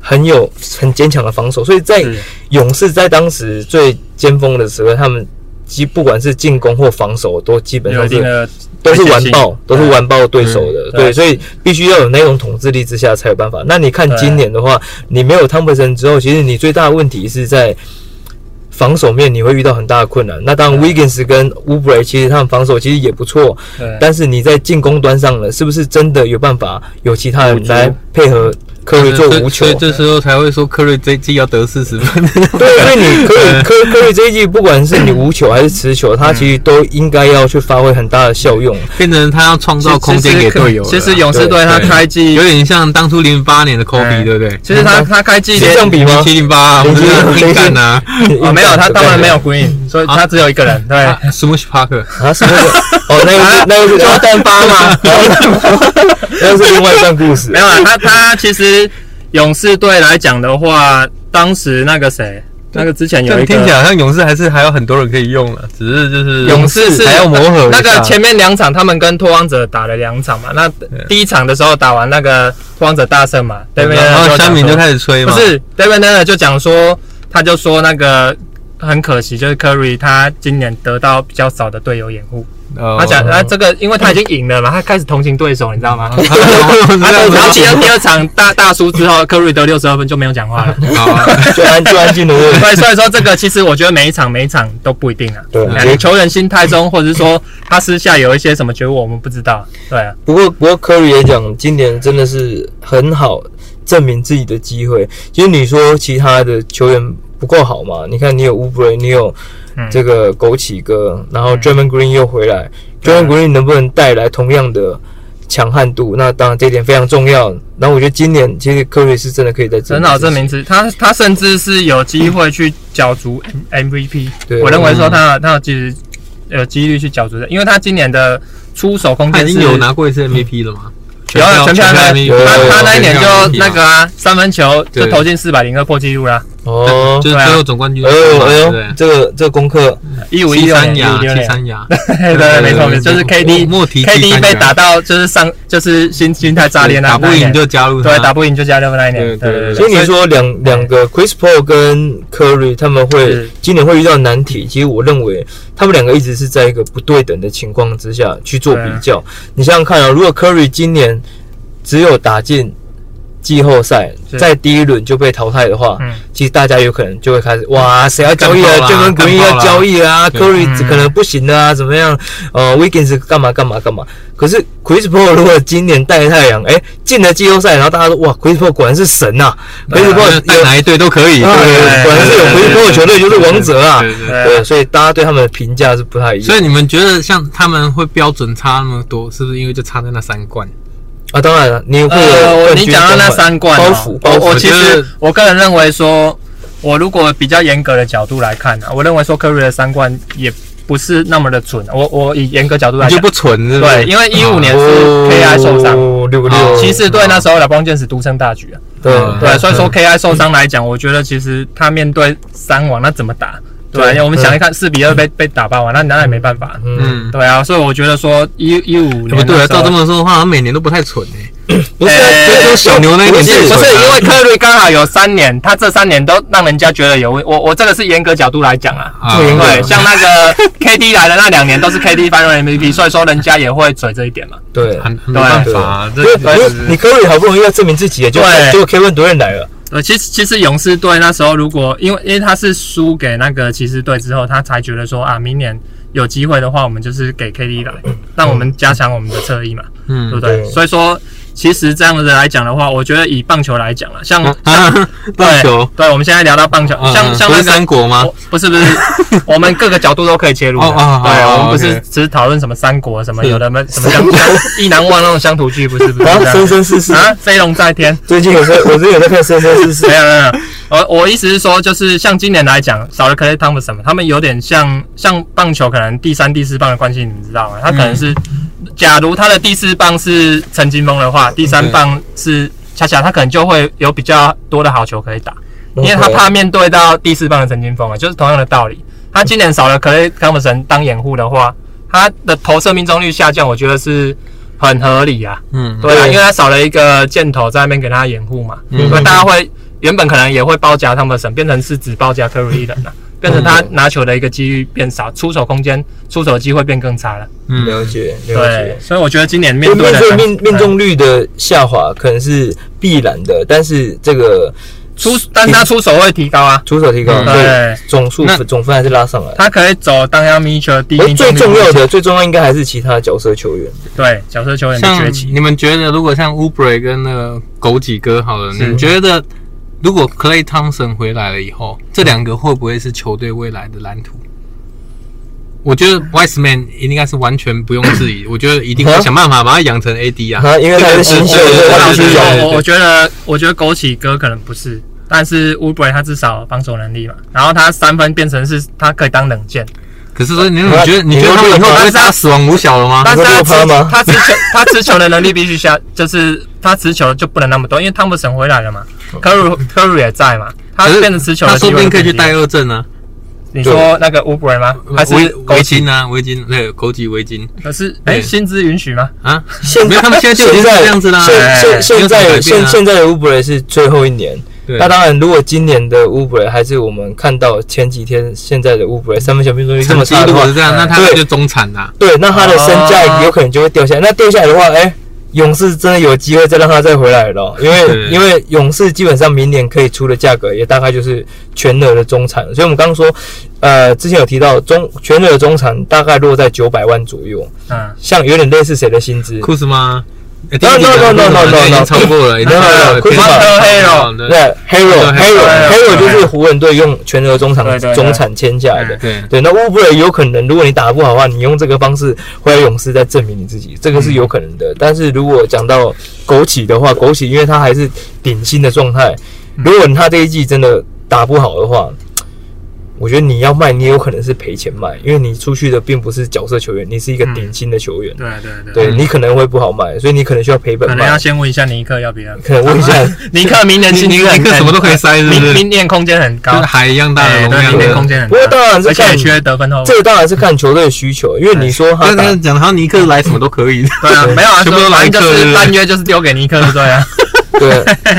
[SPEAKER 2] 很有很坚强的防守，所以在
[SPEAKER 3] 是
[SPEAKER 2] 勇士在当时最尖峰的时候，他们基不管是进攻或防守，都基本
[SPEAKER 3] 有
[SPEAKER 2] 上
[SPEAKER 3] 一定
[SPEAKER 2] 是
[SPEAKER 3] 的
[SPEAKER 2] 都是完爆，都
[SPEAKER 3] 对
[SPEAKER 2] 是完爆对手的。
[SPEAKER 3] 嗯
[SPEAKER 2] 对，
[SPEAKER 3] 对
[SPEAKER 2] 所以必须要有那种统治力之下才有办法。那你看今年的话，你没有汤普森之后，其实你最大的问题是在。防守面你会遇到很大的困难。那当然
[SPEAKER 3] 对
[SPEAKER 2] ，Wiggins 跟 u b r e 其实他们防守其实也不错，
[SPEAKER 3] 对
[SPEAKER 2] 但是你在进攻端上呢，是不是真的有办法有其他人来配合科瑞做无球
[SPEAKER 1] 所以？这时候才会说科瑞这季要得四十分。
[SPEAKER 2] [laughs] 对，所以你科瑞科科瑞这一季，不管是你无球还是持球，他其实都应该要去发挥很大的效用。
[SPEAKER 3] 嗯
[SPEAKER 1] 变成他要创造空间给队友了
[SPEAKER 3] 其实勇士队他
[SPEAKER 1] 对
[SPEAKER 3] 开季
[SPEAKER 1] 有点像当初零八年的 Kobe，
[SPEAKER 3] 哎
[SPEAKER 1] 对不对？
[SPEAKER 3] 其实他他开季
[SPEAKER 2] 是这样比吗
[SPEAKER 1] 七零八，我们就是硬干呐。
[SPEAKER 3] 哦，没有，他当然没有
[SPEAKER 1] 嗯
[SPEAKER 3] Green，所以
[SPEAKER 1] 啊
[SPEAKER 3] 他只有一个人。对，
[SPEAKER 1] Smush Parker，
[SPEAKER 2] 啊，是那个哦，
[SPEAKER 3] [laughs]
[SPEAKER 2] 那个是那个是
[SPEAKER 3] 就
[SPEAKER 2] 单发吗？ [laughs] 那个是另外一段故事
[SPEAKER 3] 没。有啊，他他其实勇士队来讲的话，当时那个谁，那个之前
[SPEAKER 1] 这
[SPEAKER 3] 有一
[SPEAKER 1] 样
[SPEAKER 3] 个
[SPEAKER 1] 听起来好像勇士还是还有很多人可以用了，只是就是
[SPEAKER 3] 勇士是
[SPEAKER 1] 还要磨合一下
[SPEAKER 3] 那个前面两场他们跟拓荒者打了两场嘛，那第一场的时候打完那个拓荒者大胜嘛，对面
[SPEAKER 1] 然后
[SPEAKER 3] 三
[SPEAKER 1] 山民就开始吹
[SPEAKER 3] 不
[SPEAKER 1] 嘛，
[SPEAKER 3] 是 David Nair 就讲说，他就说那个很可惜，就是 Curry 他今年得到比较少的队友掩护。
[SPEAKER 1] 哦，哦
[SPEAKER 3] 他讲啊他这个，因为他已经赢了嘛，他开始同情对手，你知道吗？
[SPEAKER 2] [laughs]
[SPEAKER 1] 他这
[SPEAKER 3] 然
[SPEAKER 1] 样
[SPEAKER 3] 后
[SPEAKER 1] 子
[SPEAKER 3] 然后第二第二场大大输之后，科瑞得六十二分就没有
[SPEAKER 1] [laughs]
[SPEAKER 3] 讲话了。
[SPEAKER 1] 好啊，
[SPEAKER 2] 就安就安静
[SPEAKER 3] [laughs]
[SPEAKER 2] 的问，
[SPEAKER 3] 对，所以说这个其实我觉得每一场每一场都不一定啊。
[SPEAKER 1] 嗯
[SPEAKER 2] 对
[SPEAKER 3] 哎你球员心态中，或者是说他私下有一些什么觉悟，我们不知道。对啊，
[SPEAKER 2] 不过，不过科瑞也讲，今年真的是很好证明自己的机会。其实你说其他的球员不够好嘛？你看，你有乌布雷，你有
[SPEAKER 3] 嗯
[SPEAKER 2] 这个枸杞哥，然后 Draymond Green 又回来、d r a y
[SPEAKER 3] 对
[SPEAKER 2] m o
[SPEAKER 3] 啊
[SPEAKER 2] n d Green 能不能带来同样的强悍度？那当然这一点非常重要。然后我觉得今年其实科瑞是真的可以在
[SPEAKER 3] 很好证明自己，他他甚至是有机会去角逐
[SPEAKER 1] 嗯
[SPEAKER 3] M- MVP。
[SPEAKER 2] 对
[SPEAKER 3] 我认为说他他有其实有几率去角逐的，因为他今年的出手空
[SPEAKER 1] 他
[SPEAKER 3] 间
[SPEAKER 1] 已
[SPEAKER 3] 是
[SPEAKER 1] 经有拿过一次 MVP 了吗？
[SPEAKER 3] 有啊全票
[SPEAKER 1] 的
[SPEAKER 3] 的
[SPEAKER 1] MVP
[SPEAKER 2] 有
[SPEAKER 3] 他他那一年就
[SPEAKER 1] 全票 MVP
[SPEAKER 3] 那
[SPEAKER 1] 嘛
[SPEAKER 3] 个啊三分球就
[SPEAKER 1] 对
[SPEAKER 3] 投进四百零二破纪录啦，
[SPEAKER 2] 哦
[SPEAKER 1] 就。是
[SPEAKER 3] 对啊
[SPEAKER 1] 最后总冠军，
[SPEAKER 2] 哎呦哎
[SPEAKER 1] 对不
[SPEAKER 2] 呦
[SPEAKER 1] 对，
[SPEAKER 2] 这个这个功课
[SPEAKER 3] 一五一
[SPEAKER 1] 七
[SPEAKER 3] 六
[SPEAKER 1] 三
[SPEAKER 3] 年，一
[SPEAKER 1] 牙，
[SPEAKER 3] 五六
[SPEAKER 1] 七
[SPEAKER 3] 年，
[SPEAKER 1] 三牙，
[SPEAKER 3] 对对，没错没错，就是
[SPEAKER 1] 莫
[SPEAKER 3] KD
[SPEAKER 1] 莫提
[SPEAKER 3] KD 被打
[SPEAKER 1] 到
[SPEAKER 3] 到就是上就是心心态炸裂那
[SPEAKER 1] 打不
[SPEAKER 3] 那一
[SPEAKER 1] 赢
[SPEAKER 3] 年
[SPEAKER 1] 就加入他，
[SPEAKER 3] 对打不赢就加六分那一
[SPEAKER 1] 对
[SPEAKER 3] 年，
[SPEAKER 1] 对
[SPEAKER 3] 对
[SPEAKER 1] 对
[SPEAKER 3] 对
[SPEAKER 2] 所
[SPEAKER 3] 对，
[SPEAKER 2] 以你说两两个 Chris Paul 跟 Curry 他们会
[SPEAKER 3] 是
[SPEAKER 2] 今年会遇到难题，其实我认为他们两个一直是在一个不对等的情况之下去做比
[SPEAKER 3] 对啊
[SPEAKER 2] 较。你想想看啊，如果 Curry 今年只有打进季后赛，
[SPEAKER 3] 是
[SPEAKER 2] 在第一轮就被淘汰的话，
[SPEAKER 3] 嗯
[SPEAKER 2] 其实大家有可能就会开始哇，谁要交易
[SPEAKER 1] 干
[SPEAKER 2] 啊？
[SPEAKER 1] 爆啦
[SPEAKER 2] 就跟
[SPEAKER 1] 干
[SPEAKER 2] Green
[SPEAKER 1] 爆
[SPEAKER 2] 要
[SPEAKER 1] 啦
[SPEAKER 2] 交易啊
[SPEAKER 1] 对
[SPEAKER 2] ，Curry
[SPEAKER 3] 嗯
[SPEAKER 2] 只可能不行啊，怎么样？呃，Wiggins 干嘛干嘛干嘛？可是 Chris Paul 如果今年带太阳，哎、进了季后赛，然后大家说哇，Chris Paul 果然是神呐、啊、
[SPEAKER 1] 对啊
[SPEAKER 2] ，Chris Paul
[SPEAKER 1] 那带
[SPEAKER 2] 有。
[SPEAKER 1] 哪一队都可以，
[SPEAKER 2] 啊
[SPEAKER 1] 对不对
[SPEAKER 2] 果然是有 Chris Paul 的球队就是王者啊！
[SPEAKER 1] 对对对。
[SPEAKER 3] 对
[SPEAKER 2] 对，所以大家对他们的评价是不太一样。
[SPEAKER 1] 所以你们觉得像他们会标准差那么多，是不是因为就差在那三冠？
[SPEAKER 2] 啊，当然了，你会
[SPEAKER 3] 呃，
[SPEAKER 2] 有
[SPEAKER 3] 我
[SPEAKER 2] 冠
[SPEAKER 3] 你
[SPEAKER 2] 军
[SPEAKER 3] 讲到那
[SPEAKER 2] 光环
[SPEAKER 3] 三冠
[SPEAKER 2] 包
[SPEAKER 3] 哦
[SPEAKER 2] 袱，包
[SPEAKER 3] 我
[SPEAKER 2] 袱
[SPEAKER 3] 我其
[SPEAKER 1] 我觉得
[SPEAKER 3] 实我个人认为说，我如果比较严格的角度来看呢、啊，我认为说科瑞的三冠也不是那么的准。我我以严格角度来
[SPEAKER 1] 你就
[SPEAKER 3] 讲，
[SPEAKER 1] 不纯是不是？
[SPEAKER 3] 对，因为一五年是
[SPEAKER 2] 哦
[SPEAKER 3] KI 受伤。
[SPEAKER 2] 六个
[SPEAKER 1] 哦
[SPEAKER 2] 六，
[SPEAKER 3] 骑士队那时候的光剑是独撑大局啊，
[SPEAKER 2] 对
[SPEAKER 1] 嗯
[SPEAKER 3] 对，所以说
[SPEAKER 2] 嗯
[SPEAKER 3] KI 受伤来讲，我觉得其实他面对三网那怎么打？对，啊
[SPEAKER 2] 对
[SPEAKER 3] 因为我们
[SPEAKER 2] 对
[SPEAKER 3] 想一看四比二被被打爆完，啊那那也没办法。
[SPEAKER 2] 嗯，
[SPEAKER 1] 嗯嗯，
[SPEAKER 3] 对啊，所以我觉得说一一五
[SPEAKER 1] 不
[SPEAKER 3] 年
[SPEAKER 1] 对啊，
[SPEAKER 3] 那时候
[SPEAKER 1] 照这么说的话，他每年都不太纯诶。
[SPEAKER 2] 不是
[SPEAKER 3] 哎
[SPEAKER 2] 就是说
[SPEAKER 1] 小牛那一
[SPEAKER 2] 不
[SPEAKER 1] 年
[SPEAKER 2] 是
[SPEAKER 1] 最
[SPEAKER 3] 不
[SPEAKER 1] 蠢
[SPEAKER 3] 是因为科瑞刚好有三年，他这三年都让人家觉得有问我我这个是严格角度来讲啊。
[SPEAKER 1] 啊
[SPEAKER 2] 对
[SPEAKER 3] 对，像那
[SPEAKER 1] [laughs]
[SPEAKER 3] 个 KD 来的那两年都是 KD 翻轮 MVP，所以说人家也会嘴这一点嘛。
[SPEAKER 2] 对，
[SPEAKER 1] 很很没办法啊，这
[SPEAKER 2] 因为因为
[SPEAKER 1] 这
[SPEAKER 2] 你 Curry 好不容易要证明自己，就
[SPEAKER 3] 对
[SPEAKER 2] 就 Kevin 主任来
[SPEAKER 3] [laughs]
[SPEAKER 2] 了，
[SPEAKER 3] 呃，其实其实勇士队那时候如果因为因为他是输给那个骑士队之后，他才觉得说啊，明年有机会的话，我们就是给 KD 来，让我们加强我们的侧翼嘛，对不
[SPEAKER 1] 嗯，
[SPEAKER 3] 对？
[SPEAKER 2] 对
[SPEAKER 3] 所以说，其实这样子来讲的话，我觉得以棒球来讲啊，
[SPEAKER 1] [laughs]
[SPEAKER 3] 像
[SPEAKER 1] 啊，棒球，
[SPEAKER 3] 对，我们现在聊到棒球，
[SPEAKER 1] 嗯
[SPEAKER 3] 像
[SPEAKER 1] 嗯
[SPEAKER 3] 像
[SPEAKER 1] 不
[SPEAKER 3] 那
[SPEAKER 1] 是
[SPEAKER 3] 个
[SPEAKER 1] 三国吗？
[SPEAKER 3] 我不是不是，我们各个角度都可以切入的。
[SPEAKER 1] 哦哦
[SPEAKER 3] 对，
[SPEAKER 1] 哦
[SPEAKER 3] 我们不是
[SPEAKER 1] OK
[SPEAKER 3] 只是讨论什么三国什么
[SPEAKER 1] 是
[SPEAKER 3] 有的什么什么乡乡意难忘那种乡土剧，不是不是
[SPEAKER 2] 然后
[SPEAKER 3] 这样
[SPEAKER 2] 生生世世。
[SPEAKER 3] 啊，飞龙在天。
[SPEAKER 2] 最近有在，我最近有在看生生世世
[SPEAKER 3] [laughs] 没有没有没有，我我意思是说，就是像今年来讲，少了 Clay Thompson，嘛他们有点像像棒球，可能第三、第四棒的关系，你们知道吗？他可能是，假如他的第四棒是陈金峰的话，第三棒是恰恰，他可能就会有比较多的好球可以打，因为他
[SPEAKER 2] 啊
[SPEAKER 3] 怕面对到第四棒的陈金峰啊，就是同样的道理。他今年少了 Clay Thompson 当掩护的话，他的投射命中率下降，我觉得是很合理啊。
[SPEAKER 1] 嗯，
[SPEAKER 3] 对啊，
[SPEAKER 2] 对
[SPEAKER 3] 因为他少了一个箭头在那边给他掩护嘛，
[SPEAKER 1] 嗯
[SPEAKER 3] 所以大家会原本可能也会包夹汤普森，变成是只包夹科瑞伊人了，变成他
[SPEAKER 2] 嗯
[SPEAKER 3] 拿球的一个几率变少，出手空间、出手机会变更差了。
[SPEAKER 1] 嗯
[SPEAKER 2] 了解了
[SPEAKER 3] 对
[SPEAKER 2] 解，。
[SPEAKER 3] 所以我觉得今年
[SPEAKER 2] 面
[SPEAKER 3] 面对
[SPEAKER 2] 对
[SPEAKER 3] 的嗯
[SPEAKER 2] 这个
[SPEAKER 3] 伤
[SPEAKER 2] 命命
[SPEAKER 1] 哎
[SPEAKER 2] 中率的下滑可能是必然的，但是这个
[SPEAKER 3] 出，但是他出手会提高啊。
[SPEAKER 2] 出手提高，
[SPEAKER 1] 嗯
[SPEAKER 2] 对
[SPEAKER 3] 对，
[SPEAKER 2] 总数
[SPEAKER 1] 那
[SPEAKER 2] 总分还是拉上来。
[SPEAKER 3] 他可以走当亚米球第一
[SPEAKER 2] 而
[SPEAKER 3] 命中
[SPEAKER 2] 最
[SPEAKER 3] 率
[SPEAKER 2] 重要
[SPEAKER 3] 路线
[SPEAKER 2] 的，最重要应该还是其他角色球员。
[SPEAKER 3] 对角色球员的崛
[SPEAKER 1] 像
[SPEAKER 3] 起，
[SPEAKER 1] 你们觉得，如果像 Ubre 跟那个枸杞哥好了，你
[SPEAKER 3] 是
[SPEAKER 1] 们觉得如果 Clay Thompson 回来了以后，这两个会不会是球队未来的蓝图？我觉得 Wiseman 应该是完全不用质疑，我觉得一定会想办法把他养成 AD
[SPEAKER 2] [laughs]
[SPEAKER 1] 啊。
[SPEAKER 2] 啊，因为他是新秀，
[SPEAKER 1] 对对
[SPEAKER 2] 所以他必须
[SPEAKER 1] 对对对
[SPEAKER 2] 有。
[SPEAKER 3] 我我觉得，我觉得枸杞哥可能不是，但是乌布雷他至少防守能力嘛，然后他三分变成是他可以当冷箭，
[SPEAKER 1] 可是说，你你觉得你觉得
[SPEAKER 2] 你
[SPEAKER 1] 他们以后
[SPEAKER 2] 你
[SPEAKER 1] 不会打死亡五小了吗？
[SPEAKER 3] 但是他
[SPEAKER 2] 你说六趴吗
[SPEAKER 3] 持他持球他持球的能力必须下，就是他持球就不能那么多，因为汤普森回来了嘛，科鲁科鲁也在嘛，
[SPEAKER 1] 嗯
[SPEAKER 3] 他
[SPEAKER 1] 可是
[SPEAKER 3] 变成持球的
[SPEAKER 1] 他说
[SPEAKER 3] 机
[SPEAKER 1] 不
[SPEAKER 3] 会
[SPEAKER 1] 定
[SPEAKER 3] 就
[SPEAKER 1] 可以去
[SPEAKER 3] 变低
[SPEAKER 1] 带二呃阵啊，
[SPEAKER 3] 你说那个乌布雷吗？还是
[SPEAKER 1] 围
[SPEAKER 3] 枸
[SPEAKER 1] 围
[SPEAKER 3] 杞？
[SPEAKER 1] 巾啊，围巾对，枸杞围巾
[SPEAKER 3] 可是
[SPEAKER 1] 对
[SPEAKER 3] 哎，薪资允许吗？
[SPEAKER 1] 啊，
[SPEAKER 2] 现
[SPEAKER 1] 没有他们现在就已经
[SPEAKER 2] 现
[SPEAKER 1] 是
[SPEAKER 2] 在
[SPEAKER 1] 这样子啦
[SPEAKER 2] 现
[SPEAKER 3] 哎
[SPEAKER 2] 现现
[SPEAKER 1] 没有什么改
[SPEAKER 2] 在
[SPEAKER 1] 变啊
[SPEAKER 2] 现现在的乌布雷是最后一年。
[SPEAKER 1] 对
[SPEAKER 2] 那当然，如果今年的乌布雷还是我们看到前几天现在的乌布雷三分球命中率这
[SPEAKER 1] 成
[SPEAKER 2] 么
[SPEAKER 1] 绩
[SPEAKER 2] 差的
[SPEAKER 1] 如果
[SPEAKER 2] 话
[SPEAKER 1] 是，这样，
[SPEAKER 3] 对
[SPEAKER 1] 那他们就中产啦。
[SPEAKER 2] 对，那他的身价
[SPEAKER 3] 啊
[SPEAKER 2] 有可能就会掉下来。那掉下来的话，哎、勇士真的有机会再让他再回来了，因
[SPEAKER 1] 对
[SPEAKER 2] 为因为勇士基本上明年可以出的价格也大概就是全额的中产，所以我们刚刚说，呃，之前有提到中全额的中产大概落在九百万左右，
[SPEAKER 3] 嗯，
[SPEAKER 2] 像有点类似谁的薪资？
[SPEAKER 1] 库斯吗哎
[SPEAKER 2] No, no, no, no, no, no, no.
[SPEAKER 1] 已经超过了，已经
[SPEAKER 2] No, no,
[SPEAKER 1] 超
[SPEAKER 2] no.
[SPEAKER 1] 过了。哦
[SPEAKER 2] 库兹马
[SPEAKER 1] 对
[SPEAKER 2] 那 Hero Hero Hero 就是湖人队用全额中
[SPEAKER 3] 对
[SPEAKER 2] 产
[SPEAKER 3] 对对
[SPEAKER 2] 中产签下来的
[SPEAKER 3] 嗯。
[SPEAKER 1] 哎对
[SPEAKER 2] 对，那乌布雷有可能，如果你打得不好的话，你用这个方式回来勇士再证明你自己，这
[SPEAKER 3] 嗯
[SPEAKER 2] 个是有可能的。但是如果讲到枸杞的话，枸杞因为他还是顶薪的状态，
[SPEAKER 3] 嗯
[SPEAKER 2] 如果他这一季真的打不好的话，我觉得你要卖，你有可能是赔钱卖，因为你出去的并不是角色球员，你是一个
[SPEAKER 3] 嗯
[SPEAKER 2] 顶薪的球员，
[SPEAKER 3] 对啊对对，
[SPEAKER 2] 对你可能会不好卖，所以你可能需要赔本
[SPEAKER 3] 可能
[SPEAKER 2] 卖
[SPEAKER 3] 要。啊先问一下尼克
[SPEAKER 1] [laughs]
[SPEAKER 3] 要不要。
[SPEAKER 2] 可能问一下，
[SPEAKER 3] [laughs] 尼克明年薪
[SPEAKER 1] 尼
[SPEAKER 3] 资
[SPEAKER 1] 尼
[SPEAKER 3] 很
[SPEAKER 1] 克什么都可以塞是不是
[SPEAKER 3] 明明年空间很
[SPEAKER 1] 跟
[SPEAKER 3] 高，
[SPEAKER 1] 海一样大的
[SPEAKER 3] 哎
[SPEAKER 1] 容
[SPEAKER 3] 对，
[SPEAKER 1] 量
[SPEAKER 3] 明年
[SPEAKER 1] 的
[SPEAKER 3] 空。间很
[SPEAKER 2] 不
[SPEAKER 3] 大，
[SPEAKER 2] 过当然是
[SPEAKER 3] 而且也
[SPEAKER 2] 看
[SPEAKER 3] 缺得分后卫
[SPEAKER 2] 这。个当然是看球队的需求，因为你说他
[SPEAKER 1] 但
[SPEAKER 3] [laughs]
[SPEAKER 2] 打
[SPEAKER 1] 但讲他尼克来什么都可以，
[SPEAKER 3] 对啊，没有啊，
[SPEAKER 1] 全部都
[SPEAKER 3] 反
[SPEAKER 1] 来
[SPEAKER 3] 正就
[SPEAKER 1] 客
[SPEAKER 3] 是单约就是丢给尼克，对
[SPEAKER 1] [laughs]
[SPEAKER 3] 啊，
[SPEAKER 2] 对，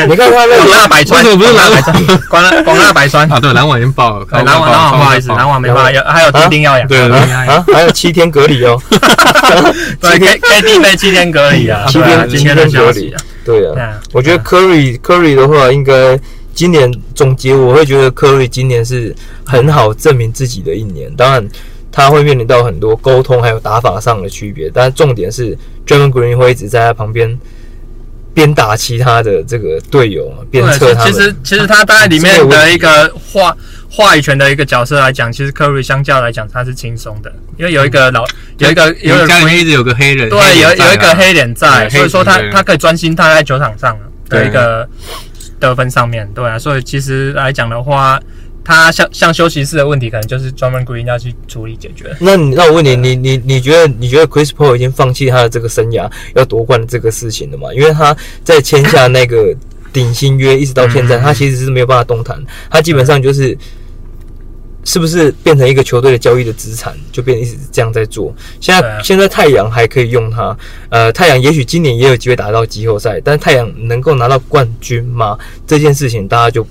[SPEAKER 2] 你看他那
[SPEAKER 3] 广
[SPEAKER 2] 个
[SPEAKER 3] 纳百川，
[SPEAKER 1] 为什么不是
[SPEAKER 3] 广纳
[SPEAKER 1] 篮
[SPEAKER 3] 百
[SPEAKER 1] [laughs]
[SPEAKER 3] 川？广纳广纳百川，
[SPEAKER 1] 啊！对，篮网已经爆了，
[SPEAKER 3] 对哎篮
[SPEAKER 1] 爆
[SPEAKER 3] 网篮
[SPEAKER 1] 了
[SPEAKER 3] 网不好意思，
[SPEAKER 1] 爆了
[SPEAKER 3] 篮网没办法，有还有
[SPEAKER 2] 啊
[SPEAKER 3] 一定要养，
[SPEAKER 1] 对对对
[SPEAKER 2] 啊，还有七天隔离哦。
[SPEAKER 3] 对，K K D 被七天隔离啊，
[SPEAKER 2] 七
[SPEAKER 3] 对啊
[SPEAKER 2] 天
[SPEAKER 3] 今
[SPEAKER 2] 七
[SPEAKER 3] 天
[SPEAKER 2] 天
[SPEAKER 3] 的
[SPEAKER 2] 隔
[SPEAKER 3] 消息
[SPEAKER 2] 离
[SPEAKER 3] 啊，，
[SPEAKER 2] 对
[SPEAKER 3] 对
[SPEAKER 2] 啊
[SPEAKER 3] 啊，
[SPEAKER 2] 我觉得
[SPEAKER 3] 对
[SPEAKER 2] Curry Curry 的话，应该今年总结，我会觉得 Curry 今年是很好证明自己的一年。当然，他会面临到很多沟通还有打法上的区别，但重点是 d r a m o n Green 会一直在他旁边鞭打其他的这个队友嘛，鞭策
[SPEAKER 3] 对，
[SPEAKER 2] 他
[SPEAKER 3] 其
[SPEAKER 2] 们。
[SPEAKER 3] 实其实他在里面的一个话话语权的一个角色来讲，其实 Curry 相较来讲他是轻松的，因为有一个老有一个有一
[SPEAKER 1] 有
[SPEAKER 3] 个
[SPEAKER 1] 家里面一直有个黑人，
[SPEAKER 3] 对，有
[SPEAKER 1] 黑人在啊
[SPEAKER 3] 有一个黑脸在，
[SPEAKER 1] 对
[SPEAKER 3] 所以说他
[SPEAKER 1] 黑人
[SPEAKER 3] 他可以专心他在球场上的
[SPEAKER 1] 对
[SPEAKER 3] 一个得分上面，对啊，所以其实来讲的话，他像像休息室的问题，可能就是专门 Green 要去处理解决。
[SPEAKER 2] 那你那我问你，你你你觉得你觉得 Chris Paul 已经放弃他的这个生涯要夺冠的这个事情了吗？因为他在签下那个顶薪约，一直到现在，
[SPEAKER 3] 嗯
[SPEAKER 2] 他其实是没有办法动弹，他基本上就是是不是变成一个球队的交易的资产，就变成一直这样在做。现在、
[SPEAKER 3] 对啊
[SPEAKER 2] 现在太阳还可以用他，呃，太阳也许今年也有机会打到季后赛，但太阳能够拿到冠军吗？这件事情大家就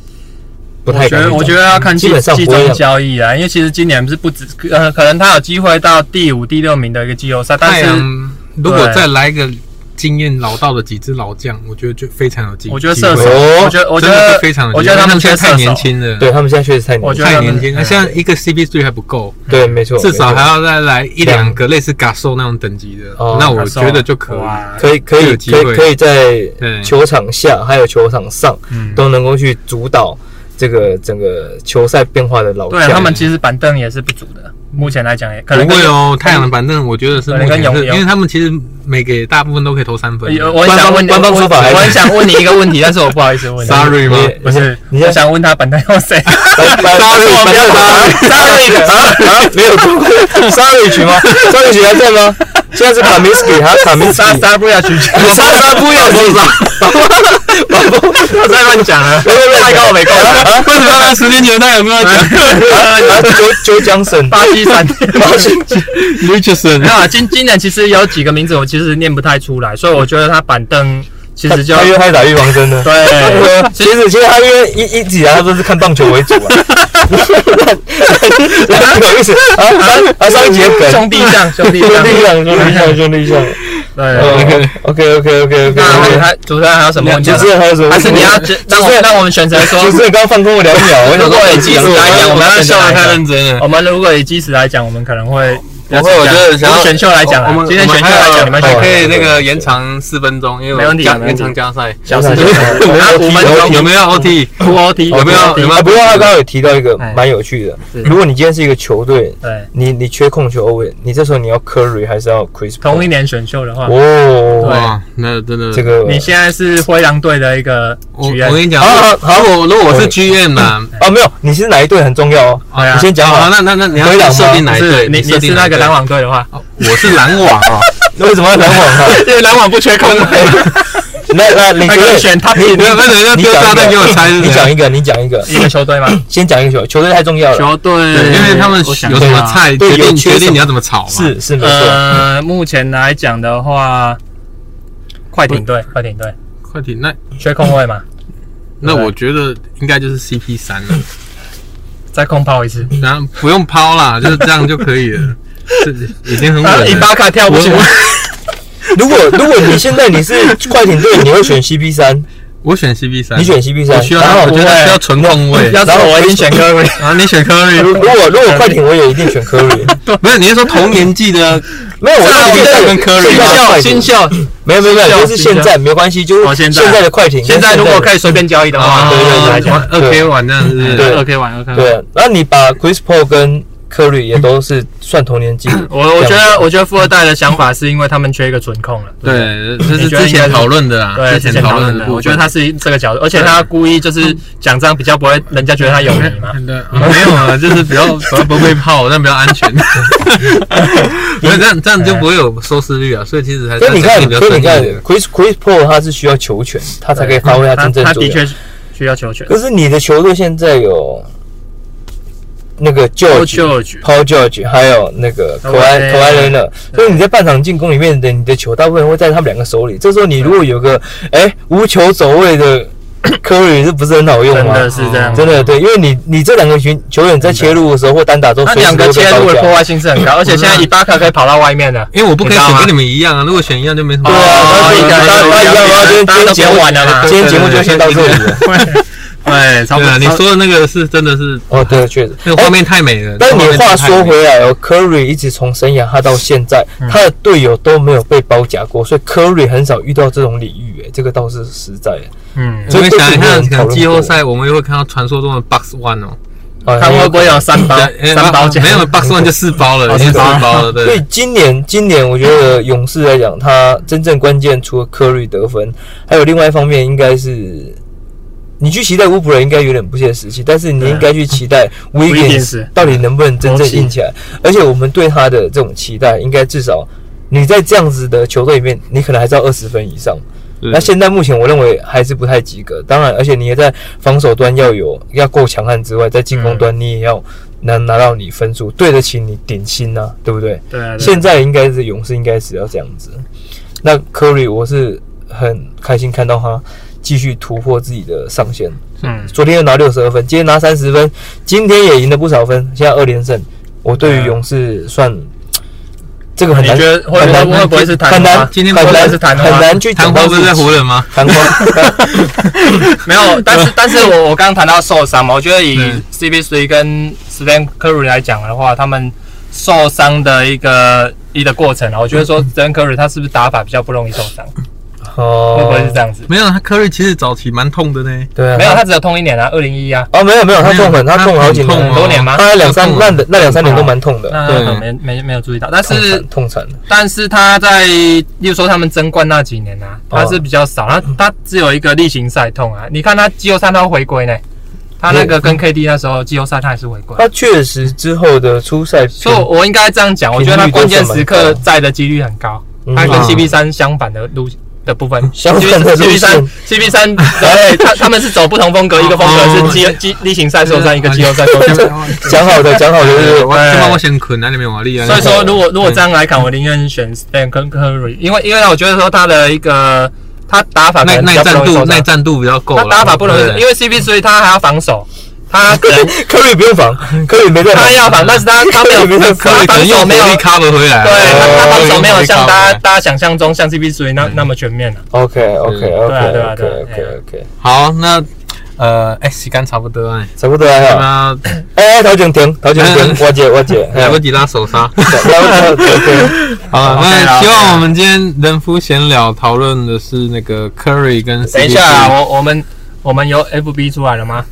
[SPEAKER 2] 不太
[SPEAKER 3] 我
[SPEAKER 2] 敢去讲
[SPEAKER 3] 觉得我觉得要看
[SPEAKER 2] 基
[SPEAKER 3] 季
[SPEAKER 2] 本上
[SPEAKER 3] 季
[SPEAKER 2] 不会
[SPEAKER 3] 中
[SPEAKER 2] 让
[SPEAKER 3] 交易啊，因为其实今年不是不止，呃，可能他有机会到第五、第六名的一个季后赛，但
[SPEAKER 1] 太
[SPEAKER 3] 是
[SPEAKER 1] 阳。如果再来一个经验老道的几只老将，我觉得就非常有机会。
[SPEAKER 3] 我觉得射手，
[SPEAKER 2] 哦
[SPEAKER 3] 我觉得我觉
[SPEAKER 1] 真的是
[SPEAKER 3] 得
[SPEAKER 1] 非常有机会，
[SPEAKER 3] 我觉得
[SPEAKER 1] 因为他
[SPEAKER 3] 他们缺
[SPEAKER 1] 现在太
[SPEAKER 3] 射手
[SPEAKER 1] 年，轻了，
[SPEAKER 2] 对他们现在确实太年轻，
[SPEAKER 3] 我觉得
[SPEAKER 1] 太
[SPEAKER 3] 他们哎
[SPEAKER 1] 年轻了。像一个 CP three 还不够，
[SPEAKER 2] 对，没错，
[SPEAKER 1] 至少
[SPEAKER 2] 没错
[SPEAKER 1] 还要再来一
[SPEAKER 2] 两
[SPEAKER 1] 两个类似 g a s o 那种等级的
[SPEAKER 2] 哦，
[SPEAKER 1] 那我觉得就可以。
[SPEAKER 3] 哇
[SPEAKER 2] 可以可以
[SPEAKER 1] 有机
[SPEAKER 2] 可
[SPEAKER 1] 会
[SPEAKER 2] 以可以在
[SPEAKER 1] 对
[SPEAKER 2] 球场下还有球场上
[SPEAKER 3] 嗯
[SPEAKER 2] 都能够去主导这个整个球赛变化的老
[SPEAKER 3] 对啊，
[SPEAKER 2] 将
[SPEAKER 3] 他们其实板凳也是不足的，目前来讲也可能
[SPEAKER 1] 不
[SPEAKER 3] 跟
[SPEAKER 1] 会哦，太阳的板凳我觉得是
[SPEAKER 3] 可
[SPEAKER 1] 目
[SPEAKER 3] 能
[SPEAKER 1] 前
[SPEAKER 3] 跟
[SPEAKER 1] 是，
[SPEAKER 3] 勇
[SPEAKER 1] 因为他们其实每个大部分都可以投三分。
[SPEAKER 3] 有我很想问你，
[SPEAKER 2] 官方官方说法还是
[SPEAKER 3] 我很想问你一个问题，但是我不好意思问你。
[SPEAKER 1] [laughs] Sorry 吗？
[SPEAKER 2] 你
[SPEAKER 3] 不是，
[SPEAKER 2] 你
[SPEAKER 3] 我想问他本来
[SPEAKER 1] [laughs]
[SPEAKER 3] 用谁？
[SPEAKER 2] ，sorry sorry sorry 啊，没有错，sorry 群吗？sorry 群还在吗？现在是卡米斯
[SPEAKER 3] [laughs]
[SPEAKER 2] 基，还有卡米斯
[SPEAKER 3] 莎
[SPEAKER 2] 基，
[SPEAKER 3] 莎不要去，
[SPEAKER 2] 莎莎不要紧
[SPEAKER 3] 我在乱讲啊了，太高没高，
[SPEAKER 1] 为什么要来十年前太阳不要讲
[SPEAKER 2] 啊，九九江省，
[SPEAKER 3] 巴
[SPEAKER 1] [laughs]
[SPEAKER 3] 西闪电。 [laughs]
[SPEAKER 1] Richardson？
[SPEAKER 3] 没有啊，今今年其实有几个名字我其实念不太出来，所以我觉得他板凳其
[SPEAKER 2] 他
[SPEAKER 3] 实就
[SPEAKER 2] 他越爱打预防针呢。
[SPEAKER 3] 对，
[SPEAKER 2] 对
[SPEAKER 1] [laughs]
[SPEAKER 2] 啊，其实其实他因为一一直以来他都是看棒球为主啊，
[SPEAKER 3] [laughs]
[SPEAKER 2] 有意思啊啊啊！上一节梗，
[SPEAKER 3] 兄弟相，兄弟
[SPEAKER 2] 兄
[SPEAKER 3] 相，
[SPEAKER 2] 弟相，兄弟相，兄弟相。
[SPEAKER 1] 呃
[SPEAKER 3] 对。
[SPEAKER 2] OK OK OK OK，
[SPEAKER 3] 那还有还主持人还有什么问题
[SPEAKER 2] 就
[SPEAKER 3] 吗？
[SPEAKER 2] 是还有什么？
[SPEAKER 3] 还是你要觉让我让我们选择说，
[SPEAKER 2] 主持人刚放空我两秒，我
[SPEAKER 1] 如
[SPEAKER 2] 想
[SPEAKER 1] 果
[SPEAKER 2] 说，哎
[SPEAKER 1] 以即时
[SPEAKER 3] [laughs]
[SPEAKER 1] 来讲，我们要笑得太认真了。
[SPEAKER 3] 我们如果以基石来讲，我们可能会
[SPEAKER 1] 不会，哦我觉得想
[SPEAKER 3] 然
[SPEAKER 1] 要
[SPEAKER 3] 后选秀来讲啊
[SPEAKER 1] 我们，
[SPEAKER 3] 今天
[SPEAKER 1] 我
[SPEAKER 3] 选
[SPEAKER 1] 们
[SPEAKER 3] 秀
[SPEAKER 1] 还有哦
[SPEAKER 3] 来讲，你们
[SPEAKER 1] 还
[SPEAKER 3] 选
[SPEAKER 2] 秀
[SPEAKER 1] 可以那个延长四分钟，因为
[SPEAKER 3] 没问题
[SPEAKER 1] 加
[SPEAKER 3] 没问
[SPEAKER 1] 延
[SPEAKER 3] 题
[SPEAKER 1] 长加赛。
[SPEAKER 3] 小事情，
[SPEAKER 2] [laughs] 没
[SPEAKER 3] 那
[SPEAKER 2] 问题
[SPEAKER 3] 五分
[SPEAKER 2] 没问
[SPEAKER 3] 钟
[SPEAKER 2] 题
[SPEAKER 1] 有没有 OT？
[SPEAKER 3] 不 OT
[SPEAKER 1] 有没有有没有
[SPEAKER 2] 啊，不过他刚刚有提到一个
[SPEAKER 3] 哎
[SPEAKER 2] 蛮有趣的
[SPEAKER 3] 是，
[SPEAKER 2] 如果你今天是一个球队，
[SPEAKER 3] 对，
[SPEAKER 2] 你你缺控球后卫，你这时候你要 Curry 还是要 Chris？Paul？
[SPEAKER 3] 同一年选秀的话，
[SPEAKER 2] 哦，
[SPEAKER 1] 哇，那真的
[SPEAKER 2] 这个
[SPEAKER 3] 你现在是灰狼队的一个
[SPEAKER 1] 我
[SPEAKER 3] 局
[SPEAKER 1] 我跟你讲，
[SPEAKER 2] 好好
[SPEAKER 1] 如果如果我是啊
[SPEAKER 2] 对
[SPEAKER 1] GM 啊，
[SPEAKER 2] 哦没有，你是哪一队很重要哦。
[SPEAKER 3] 哎呀
[SPEAKER 2] 你先讲
[SPEAKER 1] 好，
[SPEAKER 2] 好，
[SPEAKER 1] 那那那你
[SPEAKER 2] 灰
[SPEAKER 1] 要
[SPEAKER 2] 狼吗
[SPEAKER 1] 设定哪一队？
[SPEAKER 3] 是你
[SPEAKER 1] 设
[SPEAKER 3] 你
[SPEAKER 1] 定
[SPEAKER 3] 是
[SPEAKER 1] 哪
[SPEAKER 3] 那
[SPEAKER 1] 一队
[SPEAKER 3] 个篮，网队的话，
[SPEAKER 1] 哦我是篮网
[SPEAKER 3] [laughs]
[SPEAKER 1] 啊，
[SPEAKER 2] 那 [laughs] 为什么要拦网他？
[SPEAKER 3] 因为篮网不缺空位，
[SPEAKER 2] [laughs] 那那你
[SPEAKER 3] 他
[SPEAKER 2] 觉
[SPEAKER 3] 可以
[SPEAKER 2] 得
[SPEAKER 3] 选他
[SPEAKER 2] 你
[SPEAKER 1] 没有没有人家丢炸弹给我猜是
[SPEAKER 2] 你
[SPEAKER 1] 谁啊
[SPEAKER 2] 讲一个，你讲一个，
[SPEAKER 3] 一个球队嘛，
[SPEAKER 2] 先讲一个球，球队太重要了，
[SPEAKER 4] 球队，
[SPEAKER 1] 对，因为他们
[SPEAKER 4] 我想
[SPEAKER 1] 有
[SPEAKER 4] 一下
[SPEAKER 1] 什么
[SPEAKER 4] 啊
[SPEAKER 1] 菜
[SPEAKER 2] 对
[SPEAKER 1] 决
[SPEAKER 2] 有
[SPEAKER 1] 定
[SPEAKER 2] 缺
[SPEAKER 1] 决
[SPEAKER 2] 什
[SPEAKER 1] 定
[SPEAKER 2] 么
[SPEAKER 1] 你要怎么炒嘛。
[SPEAKER 2] 是是没错，
[SPEAKER 3] 呃，目前来讲的话，快艇队，快艇队
[SPEAKER 1] 快点，那
[SPEAKER 3] 缺空位嘛，
[SPEAKER 1] 那
[SPEAKER 3] 对啊
[SPEAKER 1] 我觉得应该就是 CP 三了，
[SPEAKER 3] 再空抛一次。
[SPEAKER 1] 然后不用抛啦， [laughs] 就是这样就可以了，这已经很稳
[SPEAKER 3] 啊，伊巴
[SPEAKER 1] 了。
[SPEAKER 3] 卡跳不起来 [laughs]
[SPEAKER 1] 我，
[SPEAKER 2] 如果如果你现在你是快艇队，你会选 CP 三，
[SPEAKER 1] 我选 CP 三，
[SPEAKER 2] 你选 CP
[SPEAKER 1] 我
[SPEAKER 2] 三，
[SPEAKER 1] 需要
[SPEAKER 2] 然
[SPEAKER 1] 他，
[SPEAKER 2] 后
[SPEAKER 1] 我觉得需要纯控位。
[SPEAKER 3] 要是我我已经选科瑞，
[SPEAKER 1] 然后你选科瑞
[SPEAKER 2] [laughs] 如， [laughs] 如果如果快艇，我也一定选 Curry，
[SPEAKER 1] 不是你是说同年纪的？
[SPEAKER 2] 没有，我
[SPEAKER 1] 那我
[SPEAKER 2] 现
[SPEAKER 1] 们
[SPEAKER 2] 在
[SPEAKER 1] 再跟 Curry
[SPEAKER 2] 现在的快
[SPEAKER 3] 新
[SPEAKER 2] 艇，
[SPEAKER 3] 秀，
[SPEAKER 2] 没有没有没有，就是
[SPEAKER 3] 新秀
[SPEAKER 2] 现在没关系，就是
[SPEAKER 3] 哦现在
[SPEAKER 2] 现在的快艇，
[SPEAKER 3] 现在如果可
[SPEAKER 2] 以。
[SPEAKER 3] 以随便交易的话，
[SPEAKER 1] 啊
[SPEAKER 2] 对对对
[SPEAKER 3] 来讲
[SPEAKER 1] 玩二 K 玩这样子。
[SPEAKER 2] 对
[SPEAKER 4] 二 K 玩
[SPEAKER 3] 啊
[SPEAKER 4] 二 K 玩，
[SPEAKER 2] 对，然后你把 Chris Paul 跟 Curry
[SPEAKER 3] 嗯
[SPEAKER 2] 也都是算同年纪，
[SPEAKER 3] [coughs] 我我觉
[SPEAKER 2] 这
[SPEAKER 3] 得，我觉得富二代的想法是因为他们缺一个准控了。
[SPEAKER 1] 对，这是
[SPEAKER 3] 你觉得
[SPEAKER 1] 之
[SPEAKER 3] 应该
[SPEAKER 1] 前
[SPEAKER 3] 是
[SPEAKER 1] 讨论的啦，
[SPEAKER 3] 对，之
[SPEAKER 1] 前
[SPEAKER 3] 前讨论
[SPEAKER 1] 的
[SPEAKER 3] 的，
[SPEAKER 1] 部分。
[SPEAKER 3] 我觉得他是这个角度，而且他故意就是讲这样比较不会，人家觉得他有你嘛。
[SPEAKER 1] 真的、啊、 [laughs] 没有啊，就是比 [laughs] 较比较不被泡，但比较安 [laughs] 全。没有这样这样就不会有收视率啊，所以其实还是
[SPEAKER 2] 所以你看，
[SPEAKER 1] 比较
[SPEAKER 2] 所以
[SPEAKER 1] 正
[SPEAKER 2] 你
[SPEAKER 1] 义
[SPEAKER 2] 看
[SPEAKER 1] 的。
[SPEAKER 2] ，Chris Chris Paul 他是需要球权，他才可以发挥他真正
[SPEAKER 3] 他
[SPEAKER 2] 作
[SPEAKER 3] 的
[SPEAKER 2] 用。
[SPEAKER 3] 确需要球权。
[SPEAKER 2] 可是你的球队现在有那个
[SPEAKER 3] Paul
[SPEAKER 2] George、
[SPEAKER 3] George，
[SPEAKER 2] Paul George，还有那个 k a w
[SPEAKER 3] Kawhi
[SPEAKER 2] a i k a w i
[SPEAKER 3] Leonard
[SPEAKER 2] l e 所以你在半场进攻里面的你的球大部分会在他们两个手里。这时候你如果有个哎、无球走位的 Curry，这不是很好用
[SPEAKER 3] 真
[SPEAKER 2] 吗？
[SPEAKER 3] 的是这样。
[SPEAKER 2] 真的对，因为你你这两个球球员在切入的时候或单
[SPEAKER 3] [laughs]
[SPEAKER 2] 打都
[SPEAKER 3] 他
[SPEAKER 2] 随时
[SPEAKER 3] 两
[SPEAKER 2] 都会
[SPEAKER 3] 个切
[SPEAKER 2] 被
[SPEAKER 3] 入
[SPEAKER 2] 包
[SPEAKER 3] 的
[SPEAKER 2] 夹
[SPEAKER 3] 破坏性是很高，而且现在伊巴卡可以跑到外面的。
[SPEAKER 1] 因为我不可以
[SPEAKER 3] 你知道
[SPEAKER 1] 选
[SPEAKER 3] 吗
[SPEAKER 1] 跟你们一样啊，如果选一样就没什么。
[SPEAKER 2] 对啊，
[SPEAKER 3] 哦
[SPEAKER 2] 大家一
[SPEAKER 3] 对
[SPEAKER 2] 大家
[SPEAKER 3] 对
[SPEAKER 2] 大家一样啊，今天
[SPEAKER 3] 大家
[SPEAKER 2] 今
[SPEAKER 3] 都
[SPEAKER 2] 天节
[SPEAKER 3] 不
[SPEAKER 2] 目
[SPEAKER 3] 要玩了啦
[SPEAKER 2] 今天节目就先到这里了。
[SPEAKER 3] 对，差
[SPEAKER 1] 对
[SPEAKER 3] 不多。
[SPEAKER 1] 啊，你说的那个是真的是
[SPEAKER 2] 哦，对，确实。
[SPEAKER 1] 那个画面太美了。
[SPEAKER 2] 但
[SPEAKER 1] 那
[SPEAKER 2] 你
[SPEAKER 1] 个画面
[SPEAKER 2] 话
[SPEAKER 1] 太美了
[SPEAKER 2] 说，回来哦，Curry 一直从生涯他到现在，他的队友都没有被包夹过，所以 Curry 很少遇到这种礼遇，哎，这个倒是实在的。
[SPEAKER 3] 嗯，
[SPEAKER 1] 我们想一下，
[SPEAKER 2] 这个
[SPEAKER 1] 可能季后赛我们又会看到传说中的 Box One 哦，
[SPEAKER 2] 啊
[SPEAKER 3] 看会不会有三包
[SPEAKER 1] 对哎啊
[SPEAKER 3] 三包奖？
[SPEAKER 1] 没有 Box One 就四包了，
[SPEAKER 3] 哦
[SPEAKER 1] 已经
[SPEAKER 3] 四
[SPEAKER 1] 四
[SPEAKER 3] 包
[SPEAKER 1] 包了，
[SPEAKER 2] 啊所以
[SPEAKER 1] 对。
[SPEAKER 2] 今年，今年我觉得勇士来讲，他真正关键除了科瑞得分，还有另外一方面应该是，你去期待乌普人应该有点不切实际，但是你应该去期待 Wiggins
[SPEAKER 3] Wiggins
[SPEAKER 2] 到底能不能真正硬起来。而且我们对他的这种期待，应该至少你在这样子的球队里面，你可能还是要二十分以上。
[SPEAKER 1] 对
[SPEAKER 2] 那现在目前我认为还是不太及格。当然，而且你也在防守端要有要够强悍之外，在进攻端你也要能拿到你分数，对得起你顶薪呐、对不对？
[SPEAKER 3] 对啊，对啊
[SPEAKER 2] 现在应该是勇士，应该是要这样子。那 Curry，我是很开心看到他继续突破自己的上限。
[SPEAKER 3] 嗯，
[SPEAKER 2] 昨天又拿六十二分，今天拿三十分，今天也赢了不少分，现在二连胜。我对于勇士算这个很
[SPEAKER 3] 你
[SPEAKER 2] 难，
[SPEAKER 3] 觉得会
[SPEAKER 2] 很
[SPEAKER 3] 会
[SPEAKER 2] 难
[SPEAKER 3] 会不会是昙
[SPEAKER 2] 很
[SPEAKER 3] 花
[SPEAKER 2] 难，？
[SPEAKER 1] 今天
[SPEAKER 2] 很
[SPEAKER 3] 不
[SPEAKER 2] 难
[SPEAKER 3] 会是昙花
[SPEAKER 2] 很难去
[SPEAKER 1] 昙
[SPEAKER 2] 讲
[SPEAKER 1] 花
[SPEAKER 2] 到
[SPEAKER 1] 不是
[SPEAKER 2] [laughs]
[SPEAKER 1] 在湖人吗？
[SPEAKER 2] 昙花，
[SPEAKER 3] 没有，但是但是我我刚刚谈到受伤嘛，我觉得以
[SPEAKER 1] 嗯
[SPEAKER 3] CP3 跟 Stephen Curry 来讲的话，他们受伤的一个一个过程啊，我觉得说 Stephen Curry 他是不是打法比较不容易受伤，
[SPEAKER 2] 哦，
[SPEAKER 3] 会不会是这？样子？
[SPEAKER 1] 没有，他科瑞其实早期蛮痛的呢。
[SPEAKER 2] 对啊，
[SPEAKER 3] 没有，他只有痛一年啊，二零一啊，
[SPEAKER 2] 哦，没有没有，他痛很，他痛好几
[SPEAKER 1] 很痛
[SPEAKER 2] 年
[SPEAKER 3] 很
[SPEAKER 1] 哦，
[SPEAKER 3] 多年吗？
[SPEAKER 2] 他两三
[SPEAKER 1] 痛
[SPEAKER 2] 那
[SPEAKER 1] 啊
[SPEAKER 2] 那两三年都蛮痛的，
[SPEAKER 3] 那
[SPEAKER 1] 对
[SPEAKER 3] 可能没没没有注意到，但
[SPEAKER 2] 痛
[SPEAKER 3] 是
[SPEAKER 2] 惨痛惨的。
[SPEAKER 3] 但是他在，例如说他们争冠那几年啊，
[SPEAKER 2] 哦
[SPEAKER 3] 他是比较少，他他只有一个例行赛痛啊。你看他季后赛他回归呢，他那
[SPEAKER 2] 嗯
[SPEAKER 3] 个跟 KD 那时候季后赛他还是回归，
[SPEAKER 2] 他确实之后的初赛频，
[SPEAKER 3] 所以我应该这样讲，我觉得他关键时刻在的几率很高，
[SPEAKER 2] 嗯
[SPEAKER 3] 他跟
[SPEAKER 1] 啊
[SPEAKER 3] CP 三相反的路的部分
[SPEAKER 2] [laughs] 相反的路
[SPEAKER 3] CP 三
[SPEAKER 2] 线 [laughs]
[SPEAKER 3] CP 三对，他他们是走不同风格，一个风格
[SPEAKER 2] 哦
[SPEAKER 3] 是季季例行赛受伤，一个季后赛
[SPEAKER 1] 啊
[SPEAKER 3] 受伤。
[SPEAKER 1] [laughs]
[SPEAKER 2] 讲好
[SPEAKER 3] [laughs]
[SPEAKER 2] 的
[SPEAKER 3] 哦
[SPEAKER 2] 讲好的，就是
[SPEAKER 1] 我先帮我先捆啊，你们瓦力啊。
[SPEAKER 3] 哎所以说，如果如果这样来看，我宁愿选 Stan 跟 Curry，因为因为我觉得说他的一个他打法可
[SPEAKER 4] 耐
[SPEAKER 3] 能比
[SPEAKER 4] 耐
[SPEAKER 3] 较不
[SPEAKER 4] 战
[SPEAKER 3] 容易
[SPEAKER 4] 度
[SPEAKER 3] 受伤
[SPEAKER 4] 耐战度比较够啦，
[SPEAKER 3] 他打法不容易
[SPEAKER 4] 对，对
[SPEAKER 3] 因为 CP 所以他还要防守，
[SPEAKER 4] [laughs]
[SPEAKER 3] 他可能
[SPEAKER 2] 科瑞哎不用防，科瑞没在防
[SPEAKER 3] 他，要防，但是他他没有
[SPEAKER 2] 没有
[SPEAKER 4] 科瑞可
[SPEAKER 3] 他防
[SPEAKER 4] 能
[SPEAKER 3] 守
[SPEAKER 4] 用火
[SPEAKER 3] 没有
[SPEAKER 4] 力 cover 回来，呃
[SPEAKER 3] 对他
[SPEAKER 2] 哦
[SPEAKER 3] 他防守没有像大
[SPEAKER 4] [laughs]
[SPEAKER 1] 大
[SPEAKER 3] 家大家想象中像 CP 所以
[SPEAKER 4] 嗯
[SPEAKER 3] 那那么全面啊。
[SPEAKER 2] OK OK
[SPEAKER 3] 对
[SPEAKER 2] OK
[SPEAKER 3] 啊对啊
[SPEAKER 2] OK
[SPEAKER 3] 对啊
[SPEAKER 2] OK OK，
[SPEAKER 4] 好，那呃，哎，时间差不多哎，
[SPEAKER 2] 差不多啊。
[SPEAKER 4] 那
[SPEAKER 2] 哎，哎陶景婷，陶景
[SPEAKER 3] [laughs]
[SPEAKER 4] 嗯
[SPEAKER 2] 婷，我姐我姐，
[SPEAKER 4] 来
[SPEAKER 2] [laughs] 哎
[SPEAKER 4] 不及拉手刹。
[SPEAKER 2] 来不及，OK，
[SPEAKER 4] 好，
[SPEAKER 3] OK 啦
[SPEAKER 4] 那希
[SPEAKER 3] OK 啦
[SPEAKER 4] 望我们今天人夫闲聊讨论的是那个 Curry 跟 CP3
[SPEAKER 3] 等一下啊，我我们我们有 FB 出来了吗？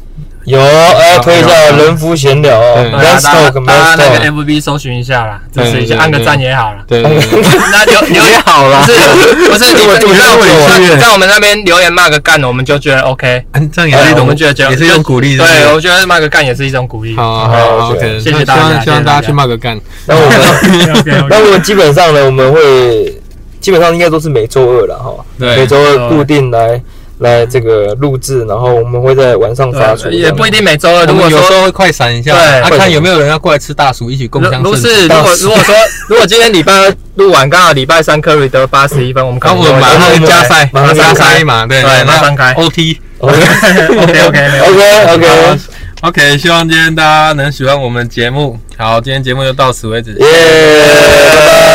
[SPEAKER 2] 有哎，推一下人夫闲聊哦
[SPEAKER 4] 对
[SPEAKER 3] 大
[SPEAKER 2] ，Let's
[SPEAKER 3] 家大
[SPEAKER 2] talk，
[SPEAKER 3] 家大
[SPEAKER 2] Let's
[SPEAKER 3] 家那个
[SPEAKER 2] talk。
[SPEAKER 3] FB 搜寻一下啦，支持一
[SPEAKER 4] 对对
[SPEAKER 3] 下，
[SPEAKER 4] 对
[SPEAKER 3] 按个赞也好啦。
[SPEAKER 4] 对对
[SPEAKER 3] [laughs]
[SPEAKER 4] 对 [laughs]
[SPEAKER 3] 那留留言好了，不是不是你
[SPEAKER 2] 我
[SPEAKER 3] 你在
[SPEAKER 2] 我
[SPEAKER 3] 我
[SPEAKER 4] 我
[SPEAKER 3] 们你在我们那边留言骂个干，我们就觉得 OK，
[SPEAKER 4] 嗯，这样也是一
[SPEAKER 3] 哎我
[SPEAKER 4] 种
[SPEAKER 3] 们觉得觉得
[SPEAKER 4] 也是一种鼓励，是不是
[SPEAKER 3] 对，我觉得骂个干也是一种鼓励。
[SPEAKER 4] 好
[SPEAKER 2] 好
[SPEAKER 4] 好
[SPEAKER 2] 对
[SPEAKER 4] ，OK，
[SPEAKER 3] 谢谢
[SPEAKER 4] 那
[SPEAKER 3] 大
[SPEAKER 4] 希
[SPEAKER 3] 家
[SPEAKER 4] 望希望大
[SPEAKER 3] 谢
[SPEAKER 4] 家
[SPEAKER 3] 谢
[SPEAKER 4] 去骂个干，
[SPEAKER 2] 那我
[SPEAKER 3] [laughs]
[SPEAKER 2] 们，
[SPEAKER 3] OK，OK
[SPEAKER 2] 那我们基本上呢，我们会基本上应该都是每周二了哈，
[SPEAKER 1] 对
[SPEAKER 2] 每周二固定来来这个录制，然后我们会在晚上发出，
[SPEAKER 3] 也不一定每周二，
[SPEAKER 1] 我
[SPEAKER 3] 如
[SPEAKER 1] 们
[SPEAKER 3] 果
[SPEAKER 1] 有时
[SPEAKER 3] 说
[SPEAKER 1] 候会快闪一下，
[SPEAKER 3] 对
[SPEAKER 1] 啊，看有没有人要过来吃大薯，一起共享
[SPEAKER 3] 如如
[SPEAKER 1] 盛举。
[SPEAKER 3] 是
[SPEAKER 4] [laughs]
[SPEAKER 3] 如果如果说如果今天礼拜二录完，刚好礼拜三科瑞得八十一分，我们可
[SPEAKER 4] 然
[SPEAKER 3] 能
[SPEAKER 4] 后我们马上加赛，
[SPEAKER 3] [laughs]
[SPEAKER 2] 马上
[SPEAKER 4] 加
[SPEAKER 2] 加
[SPEAKER 4] 赛
[SPEAKER 2] 赛
[SPEAKER 4] 嘛，对
[SPEAKER 3] 对马上开
[SPEAKER 4] OT。
[SPEAKER 3] OK OK
[SPEAKER 4] [laughs]
[SPEAKER 3] 没有
[SPEAKER 2] OK OK，
[SPEAKER 1] OK，希望今天大家能喜欢我们的节目。好，今天节目就到此为止，
[SPEAKER 2] 耶。